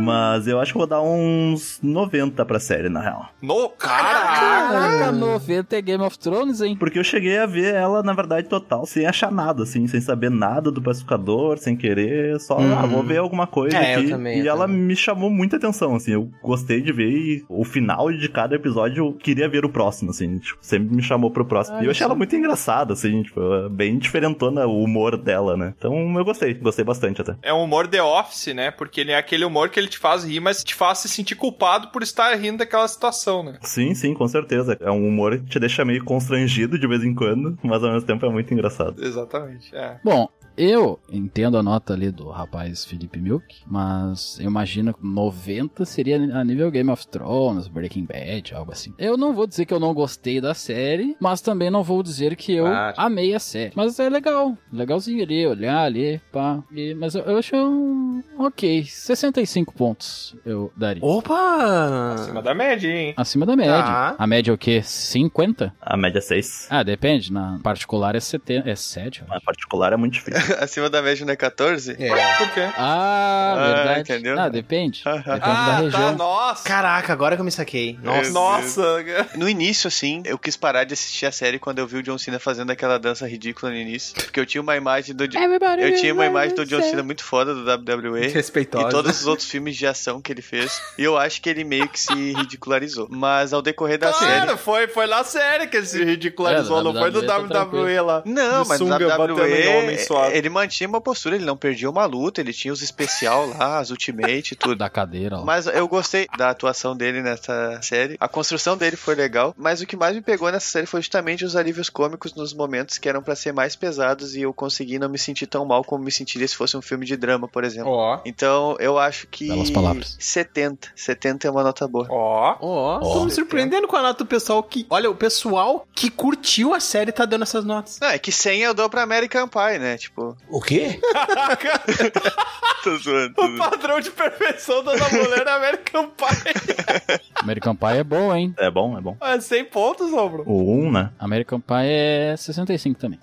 E: Mas eu acho que eu vou dar uns 90 pra série, na real.
D: No cara!
F: Caraca, 90 é Game of Thrones, hein?
E: Porque eu cheguei a ver ela, na verdade, total, sem achar nada, assim, sem saber nada do pacificador, sem querer, só,
K: Uhum.
E: ah, vou ver alguma coisa
K: É, eu
E: aqui.
K: também, eu
E: e ela
K: também.
E: me chamou muita atenção, assim, eu gostei de ver e o final de cada episódio eu queria ver o próximo, assim, tipo, sempre me chamou pro próximo.
F: Olha
E: e eu achei ela
F: só.
E: muito engraçada, assim, tipo, bem diferentona o humor dela, né? Então eu gostei, gostei bastante até.
D: É um humor The Office, né? Porque ele é aquele humor que ele te faz rir, mas te faz se sentir culpado por estar rindo daquela situação, né?
E: Sim, sim, com certeza. É um humor que te deixa meio constrangido de vez em quando, mas ao mesmo tempo é muito engraçado.
D: Exatamente, é.
F: Bom, Eu entendo a nota ali do rapaz Felipe Milk, mas eu imagino que 90 seria a nível Game of Thrones, Breaking Bad, algo assim. Eu não vou dizer que eu não gostei da série, mas também não vou dizer que eu
B: Claro.
F: amei a série. Mas é legal, legalzinho ali, olhar ali, pá. E- mas eu, eu acho um... ok, 65 pontos eu daria.
B: Opa!
D: Acima da média, hein?
F: Acima da média.
D: Tá.
F: A média é o quê? 50?
E: A média é 6.
F: Ah, depende. Na particular é, 70, é 7.
E: Na particular é muito difícil.
A: Acima da média não é 14?
B: É.
D: Por quê?
F: Ah,
A: Ah,
F: verdade.
A: entendeu?
F: Ah, depende. Depende da
D: Ah, tá,
F: região.
D: nossa.
B: Caraca, agora que eu me saquei. Nossa.
D: Nossa.
A: No início, assim, eu quis parar de assistir a série quando eu vi o John Cena fazendo aquela dança ridícula no início. Porque eu tinha uma imagem do.
F: Everybody
A: Eu tinha uma
F: will
A: imagem do John
F: say-
A: Cena muito foda do WWE.
B: Respeitosa.
A: E todos os outros filmes de ação que ele fez. E eu acho que ele meio que se ridicularizou. Mas ao decorrer da série.
D: Claro, foi, foi na série que ele se ridicularizou,
F: É,
D: não foi no
F: WWE tá
D: WWE lá.
A: Não,
D: De
A: mas
D: sunga
A: na
D: batendo em homem
A: WWE,
D: suado.
A: ele mantinha uma postura, ele não perdia uma luta, ele tinha os especial lá, as Ultimate e tudo.
F: Da cadeira, ó.
A: Mas eu gostei da atuação dele nessa série. A construção dele foi legal, mas o que mais me pegou nessa série foi justamente os alívios cômicos nos momentos que eram pra ser mais pesados e eu consegui não me sentir tão mal como me sentiria se fosse um filme de drama, por exemplo.
B: Ó.
A: Então, eu acho que
F: Belas palavras.
A: 70, 70 é uma nota boa.
D: Ó.
B: Ó, tô me surpreendendo com a nota do pessoal que. Olha, o pessoal que curtiu a série tá dando essas notas.
A: Não, é que 100 eu dou pra American Pie, né? Tipo,
L: O quê?
A: tô zoando. tô
D: O
A: zoando.
D: padrão de perfeição da mulher na American Pie.
F: American Pie é bom, hein?
E: É bom, é bom.
D: É 100 pontos, ombro.
E: O 1, né?
F: American Pie é 65 também.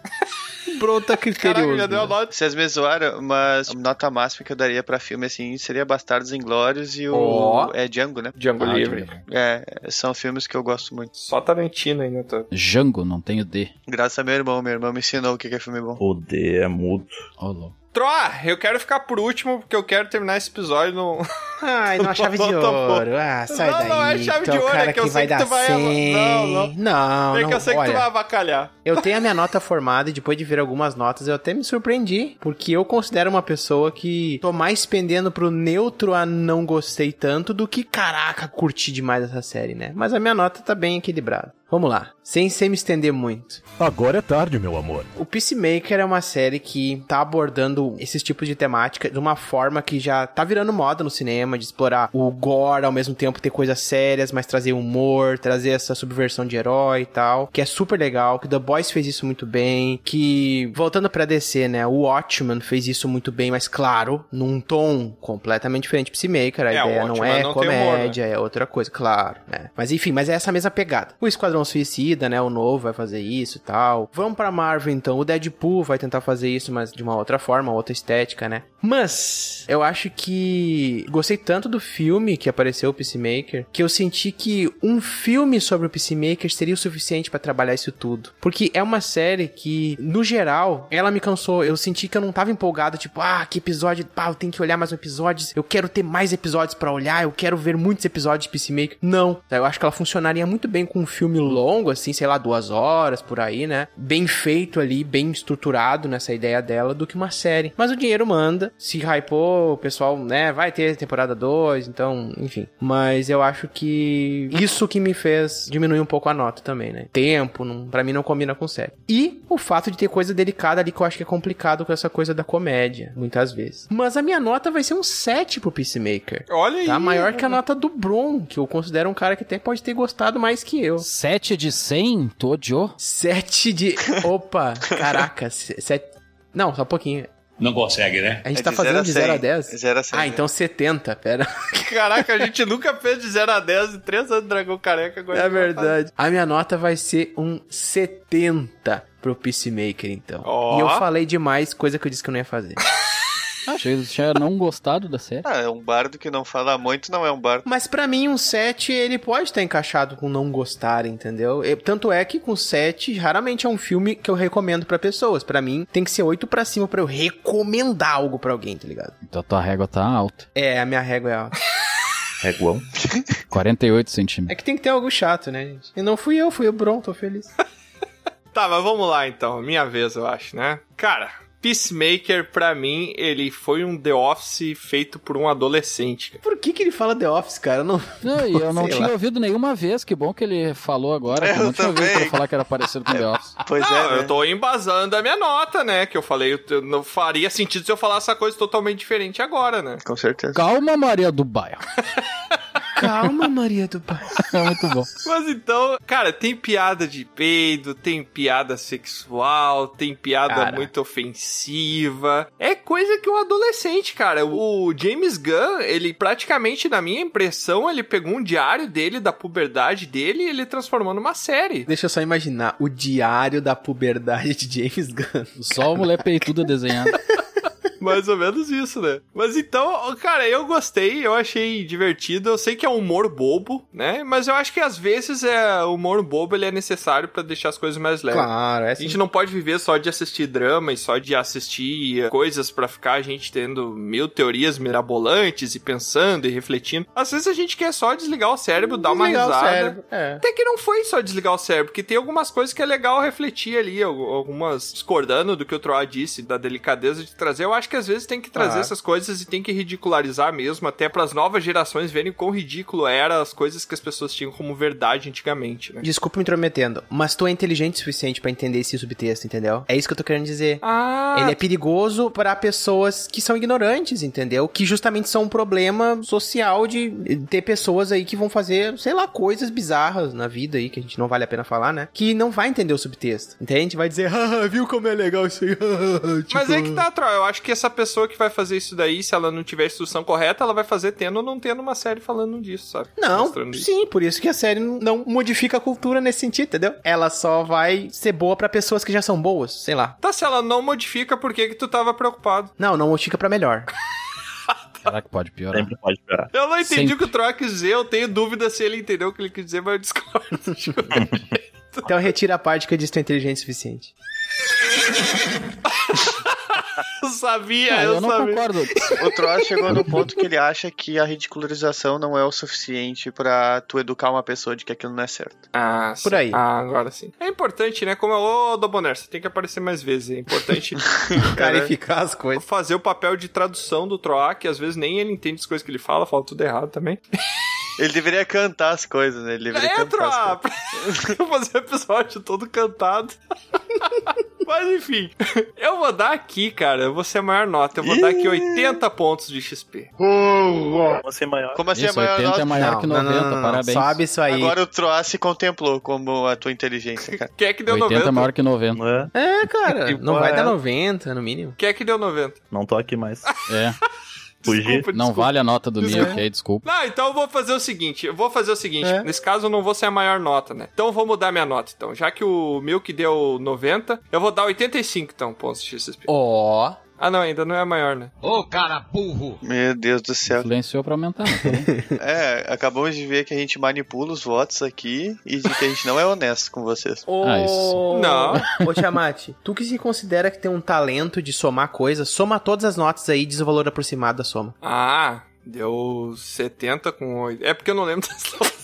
B: Pronto, tá
D: Caraca,
B: criterioso.
D: já deu a nota.
A: Vocês me zoaram, mas nota máxima que eu daria pra filme, assim, seria Bastardos Inglórios e o...
D: Ó.
A: É Django, né?
D: Django
F: Ah,
D: Livre.
F: Django.
A: É, são filmes que eu gosto muito.
D: Só Tarantino ainda tá.
F: Django, não tenho D.
A: Graças a meu irmão, meu irmão me ensinou o que que é filme bom.
E: O D é mudo.
F: Ô, louco.
D: Troa, ah, eu quero ficar por último, porque eu quero terminar esse episódio no...
B: Ai, não, a chave de
D: Tá bom, tá bom.
B: ouro. Ah, sai
D: Não,
B: daí.
D: não, é chave
B: tu
D: de
B: o
D: ouro,
B: cara
D: é que eu sei
B: vai
D: que tu
B: dar
D: vai-
B: 100.
D: Não, não.
B: Não,
D: É
B: não,
D: que eu sei que
B: olha,
D: tu vai avacalhar.
B: Eu tenho a minha nota formada e depois de ver algumas notas eu até me surpreendi, porque eu considero uma pessoa que tô mais pendendo pro neutro a não gostei tanto do que caraca, curti demais essa série, né? Mas a minha nota tá bem equilibrada. Vamos lá, sem, sem me estender muito.
M: Agora é tarde, meu amor.
B: O Peacemaker é uma série que tá abordando esses tipos de temática de uma forma que já tá virando moda no cinema, de explorar o gore, ao mesmo tempo ter coisas sérias, mas trazer humor, trazer essa subversão de herói e tal, que é super legal, que The Boys fez isso muito bem, que, voltando pra DC, né, o Watchman fez isso muito bem, mas claro, num tom completamente diferente. Peacemaker, a
D: É, o
B: ideia não
D: Watchmen
B: é
D: não tem humor, né?
B: comédia, comédia, é outra coisa, claro, né? Mas enfim, mas é essa mesma pegada. O Esquadrão Suicida, né, o novo vai fazer isso e tal. Vamos pra Marvel então, o Deadpool vai tentar fazer isso, mas de uma outra forma, outra estética, né? Mas eu acho que gostei tanto do filme que apareceu o Peacemaker, que eu senti que um filme sobre o Peacemaker seria o suficiente pra trabalhar isso tudo. Porque é uma série que, no geral, ela me cansou. Eu senti que eu não tava empolgado, tipo, ah, que episódio, pá, eu tenho que olhar mais um episódio, eu quero ter mais episódios pra olhar, eu quero ver muitos episódios de Peacemaker. Não. Eu acho que ela funcionaria muito bem com um filme longo, assim, sei lá, duas horas por aí, né? Bem feito ali, bem estruturado nessa ideia dela, do que uma série. Mas o dinheiro manda, se hypou, o pessoal, né, vai ter temporada 2, então, enfim. Mas eu acho que isso que me fez diminuir um pouco a nota também, né? Tempo, não, pra mim não combina com série. E o fato de ter coisa delicada ali que eu acho que é complicado com essa coisa da comédia, muitas vezes. Mas a minha nota vai ser um 7 pro Peacemaker.
D: Olha aí.
B: Tá maior que a nota do Bron, que eu considero um cara que até pode ter gostado mais que eu.
F: 7 de 100? Tu odiou?
B: 7 de. Opa! Caraca, 7. Não, só um pouquinho.
N: Não consegue, né?
B: A gente tá fazendo de 0 a 10.
A: 0 a 100.
B: Ah, então 70, pera.
D: Caraca, a gente nunca fez de 0 a 10 em 3 anos de Dragão Careca. Agora
B: É
D: a gente vai
B: verdade. A minha nota vai ser um 70 pro Peacemaker, então.
D: Ó.
B: E eu falei demais, coisa que eu disse que eu não ia fazer.
F: Ah, Achei que tu tinha não gostado da série.
A: Ah, é um bardo que não fala muito, não é um bardo.
B: Mas pra mim, um 7, ele pode estar encaixado com não gostar, entendeu? E- tanto é que com 7, raramente é um filme que eu recomendo pra pessoas. Pra mim, tem que ser 8 pra cima pra eu recomendar algo pra alguém, tá ligado?
F: Então tua régua tá alta.
B: É, a minha régua é alta.
E: Reguão.
F: 48
B: É
F: centímetros.
B: que tem que ter algo chato, né, gente? E não fui eu, fui o Bron, tô feliz.
D: Tá, mas vamos lá então. Minha vez, eu acho, né? Cara, Peacemaker, pra mim, ele foi um The Office feito por um adolescente. cara.
K: Por que, que ele fala The Office, cara? Eu não,
F: Não, e eu não
K: sei
F: tinha
K: lá.
F: ouvido nenhuma vez, que bom que ele falou agora. que Eu
D: Eu
F: não tinha ouvido
D: também.
F: pra falar que era parecido com The Office.
A: Pois
D: Ah,
A: é, né?
D: Não, eu tô embasando a minha nota, né? Que eu falei, eu- eu não faria sentido se eu falar essa coisa totalmente diferente agora, né?
A: Com certeza.
F: Calma, Maria do Bairro.
K: Calma, Maria do Pai.
F: É muito bom.
D: Mas então, cara, tem piada de peido, tem piada sexual, tem piada
K: Cara.
D: muito ofensiva. É coisa que um adolescente, cara. O James Gunn, ele praticamente, na minha impressão, ele pegou um diário dele, da puberdade dele, e ele transformou numa série.
K: Deixa eu só imaginar. O diário da puberdade de James Gunn.
F: Só a mulher peituda desenhada.
D: Mais ou menos isso, né? Mas então, cara, eu gostei, eu achei divertido. Eu sei que é um humor bobo, né? Mas eu acho que às vezes é o humor bobo ele é necessário pra deixar as coisas mais leves.
B: é
K: Claro,
D: É. A
B: assim.
K: essa
D: gente não pode viver só de assistir drama e só de assistir coisas pra ficar a gente tendo mil teorias mirabolantes e pensando e refletindo. Às vezes a gente quer só desligar o cérebro, dar uma
K: Desligar o
D: risada.
K: cérebro, É.
D: Até que não foi só desligar o cérebro, porque tem algumas coisas que é legal refletir ali, al- algumas discordando do que o Troá disse, da delicadeza de trazer. Eu acho que às vezes tem que trazer
K: Ah.
D: essas coisas e tem que ridicularizar mesmo, até pras novas gerações verem quão ridículo era as coisas que as pessoas tinham como verdade antigamente, né?
K: Desculpa me intrometendo, mas tu é inteligente o suficiente pra entender esse subtexto, entendeu? É isso que eu tô querendo dizer.
D: Ah,
K: Ele é perigoso pra pessoas que são ignorantes, entendeu? Que justamente são um problema social de ter pessoas aí que vão fazer, sei lá, coisas bizarras na vida aí, que a gente não vale a pena falar, né? Que não vai entender o subtexto, entende? Vai dizer, ah, viu como é legal isso aí? tipo,
D: Mas é que tá, Troy. Eu acho que essa pessoa que vai fazer isso daí, se ela não tiver a instrução correta, ela vai fazer tendo ou não tendo uma série falando disso, sabe?
K: Não,
D: Mostrando isso.
K: sim, por isso que a série não- não modifica a cultura nesse sentido, entendeu? Ela só vai ser boa pra pessoas que já são boas, sei lá.
D: Tá, se ela não modifica, por que que tu tava preocupado?
K: Não, não modifica pra melhor.
F: Caraca, pode piorar.
E: Sempre pode piorar.
D: Eu não entendi
F: Sempre.
D: o que o Troy quis dizer, eu tenho dúvida se ele entendeu o que ele quis dizer, mas eu discordo.
K: Então retira a parte que eu disse que tu é inteligente o suficiente.
D: Eu sabia,
F: Ah,
D: eu,
F: eu não
D: sabia.
F: concordo.
A: O Troll chegou no ponto que ele acha que a ridicularização não é o suficiente pra tu educar uma pessoa de que aquilo não é certo.
D: Ah,
K: Por
D: sim.
K: aí.
D: Ah, agora sim. É importante, né? Como é o Dobonair, você tem que aparecer mais vezes. É importante
K: Carificar as coisas.
D: fazer o papel de tradução do Troá, que às vezes nem ele entende as coisas que ele fala, fala tudo errado também.
A: Ele deveria cantar as coisas, né? Ele deveria
D: É,
A: cantar as coisas.
D: Troá! Eu vou fazer o episódio todo cantado. Mas enfim, eu vou dar aqui, cara. Eu vou ser a maior nota. Eu vou dar aqui 80 pontos de XP.
E: Como assim, maior?
A: Como assim
F: Isso,
A: é maior
F: 80 é
A: nota?
F: maior que 90, parabéns.
K: Sobe isso aí.
A: Agora o Troá se contemplou como a tua inteligência, cara.
D: Quem é que deu
F: 80
D: 90?
F: é maior que 90.
E: Não é?
K: É, cara,
A: Que
K: não
A: porra
K: vai
A: é
K: dar
A: essa?
K: 90, no mínimo.
D: Quem é que deu 90?
E: Não tô aqui mais.
F: É.
E: Fugir.
D: Desculpa,
F: Não
D: desculpa.
F: vale a nota do
D: Desculpa.
F: Mia, ok? Desculpa.
D: Não, então eu vou fazer o seguinte, eu vou fazer o seguinte,
K: É.
D: nesse caso eu não vou ser a maior nota, né? Então eu vou mudar minha nota, então. Já que o Milk deu 90, eu vou dar 85, então, pontos de
B: Oh.
D: XP.
K: Ó.
D: Ah, não, ainda não é a maior, né?
G: Ô, cara burro!
A: Meu Deus do céu.
F: Influenciou pra aumentar. né?
A: É, acabamos de ver que a gente manipula os votos aqui e de que a gente não é honesto com vocês.
F: Ah, isso.
D: Não.
K: Ô, Tiamat, tu que se considera que tem um talento de somar coisas, soma todas as notas aí e diz o valor aproximado da soma.
D: Ah, deu 70 com 8. É porque eu não lembro das notas.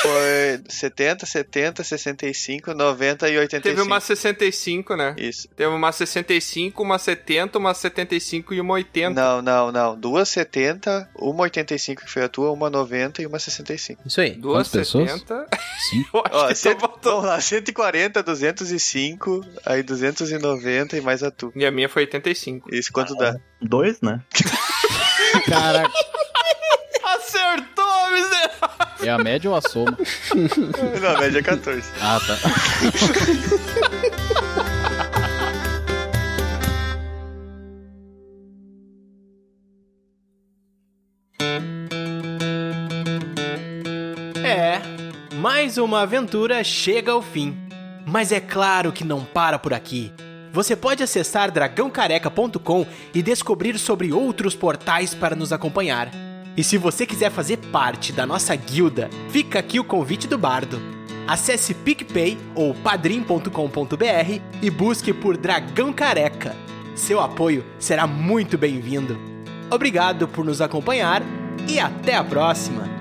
A: Foi 70, 70, 65, 90 e 85.
D: Teve uma 65, né?
A: Isso.
D: Teve uma 65, uma 70, uma 75 e uma 80.
A: Não, não, não. Duas 70, uma 85 que foi a tua, uma 90 e uma 65.
K: Isso aí.
D: Duas
F: Quantas pessoas?
D: 70.
F: Sim.
D: Eu acho
A: Ó,
D: que
A: cento-
D: então botou.
A: Vamos lá, 140, 205, aí 290 e mais a tua.
D: E a minha foi 85.
A: Isso quanto dá?
E: Dois, né?
F: Caraca,
D: Acertou, miserável!
F: é a média ou a soma?
A: Não, a média é 14.
F: Ah, tá.
B: É, mais uma aventura chega ao fim. Mas é claro que não para por aqui. Você pode acessar dragãocareca.com e descobrir sobre outros portais para nos acompanhar. E se você quiser fazer parte da nossa guilda, fica aqui o convite do bardo. Acesse PicPay ou padrim.com.br e busque por Dragão Careca. Seu apoio será muito bem-vindo. Obrigado por nos acompanhar e até a próxima!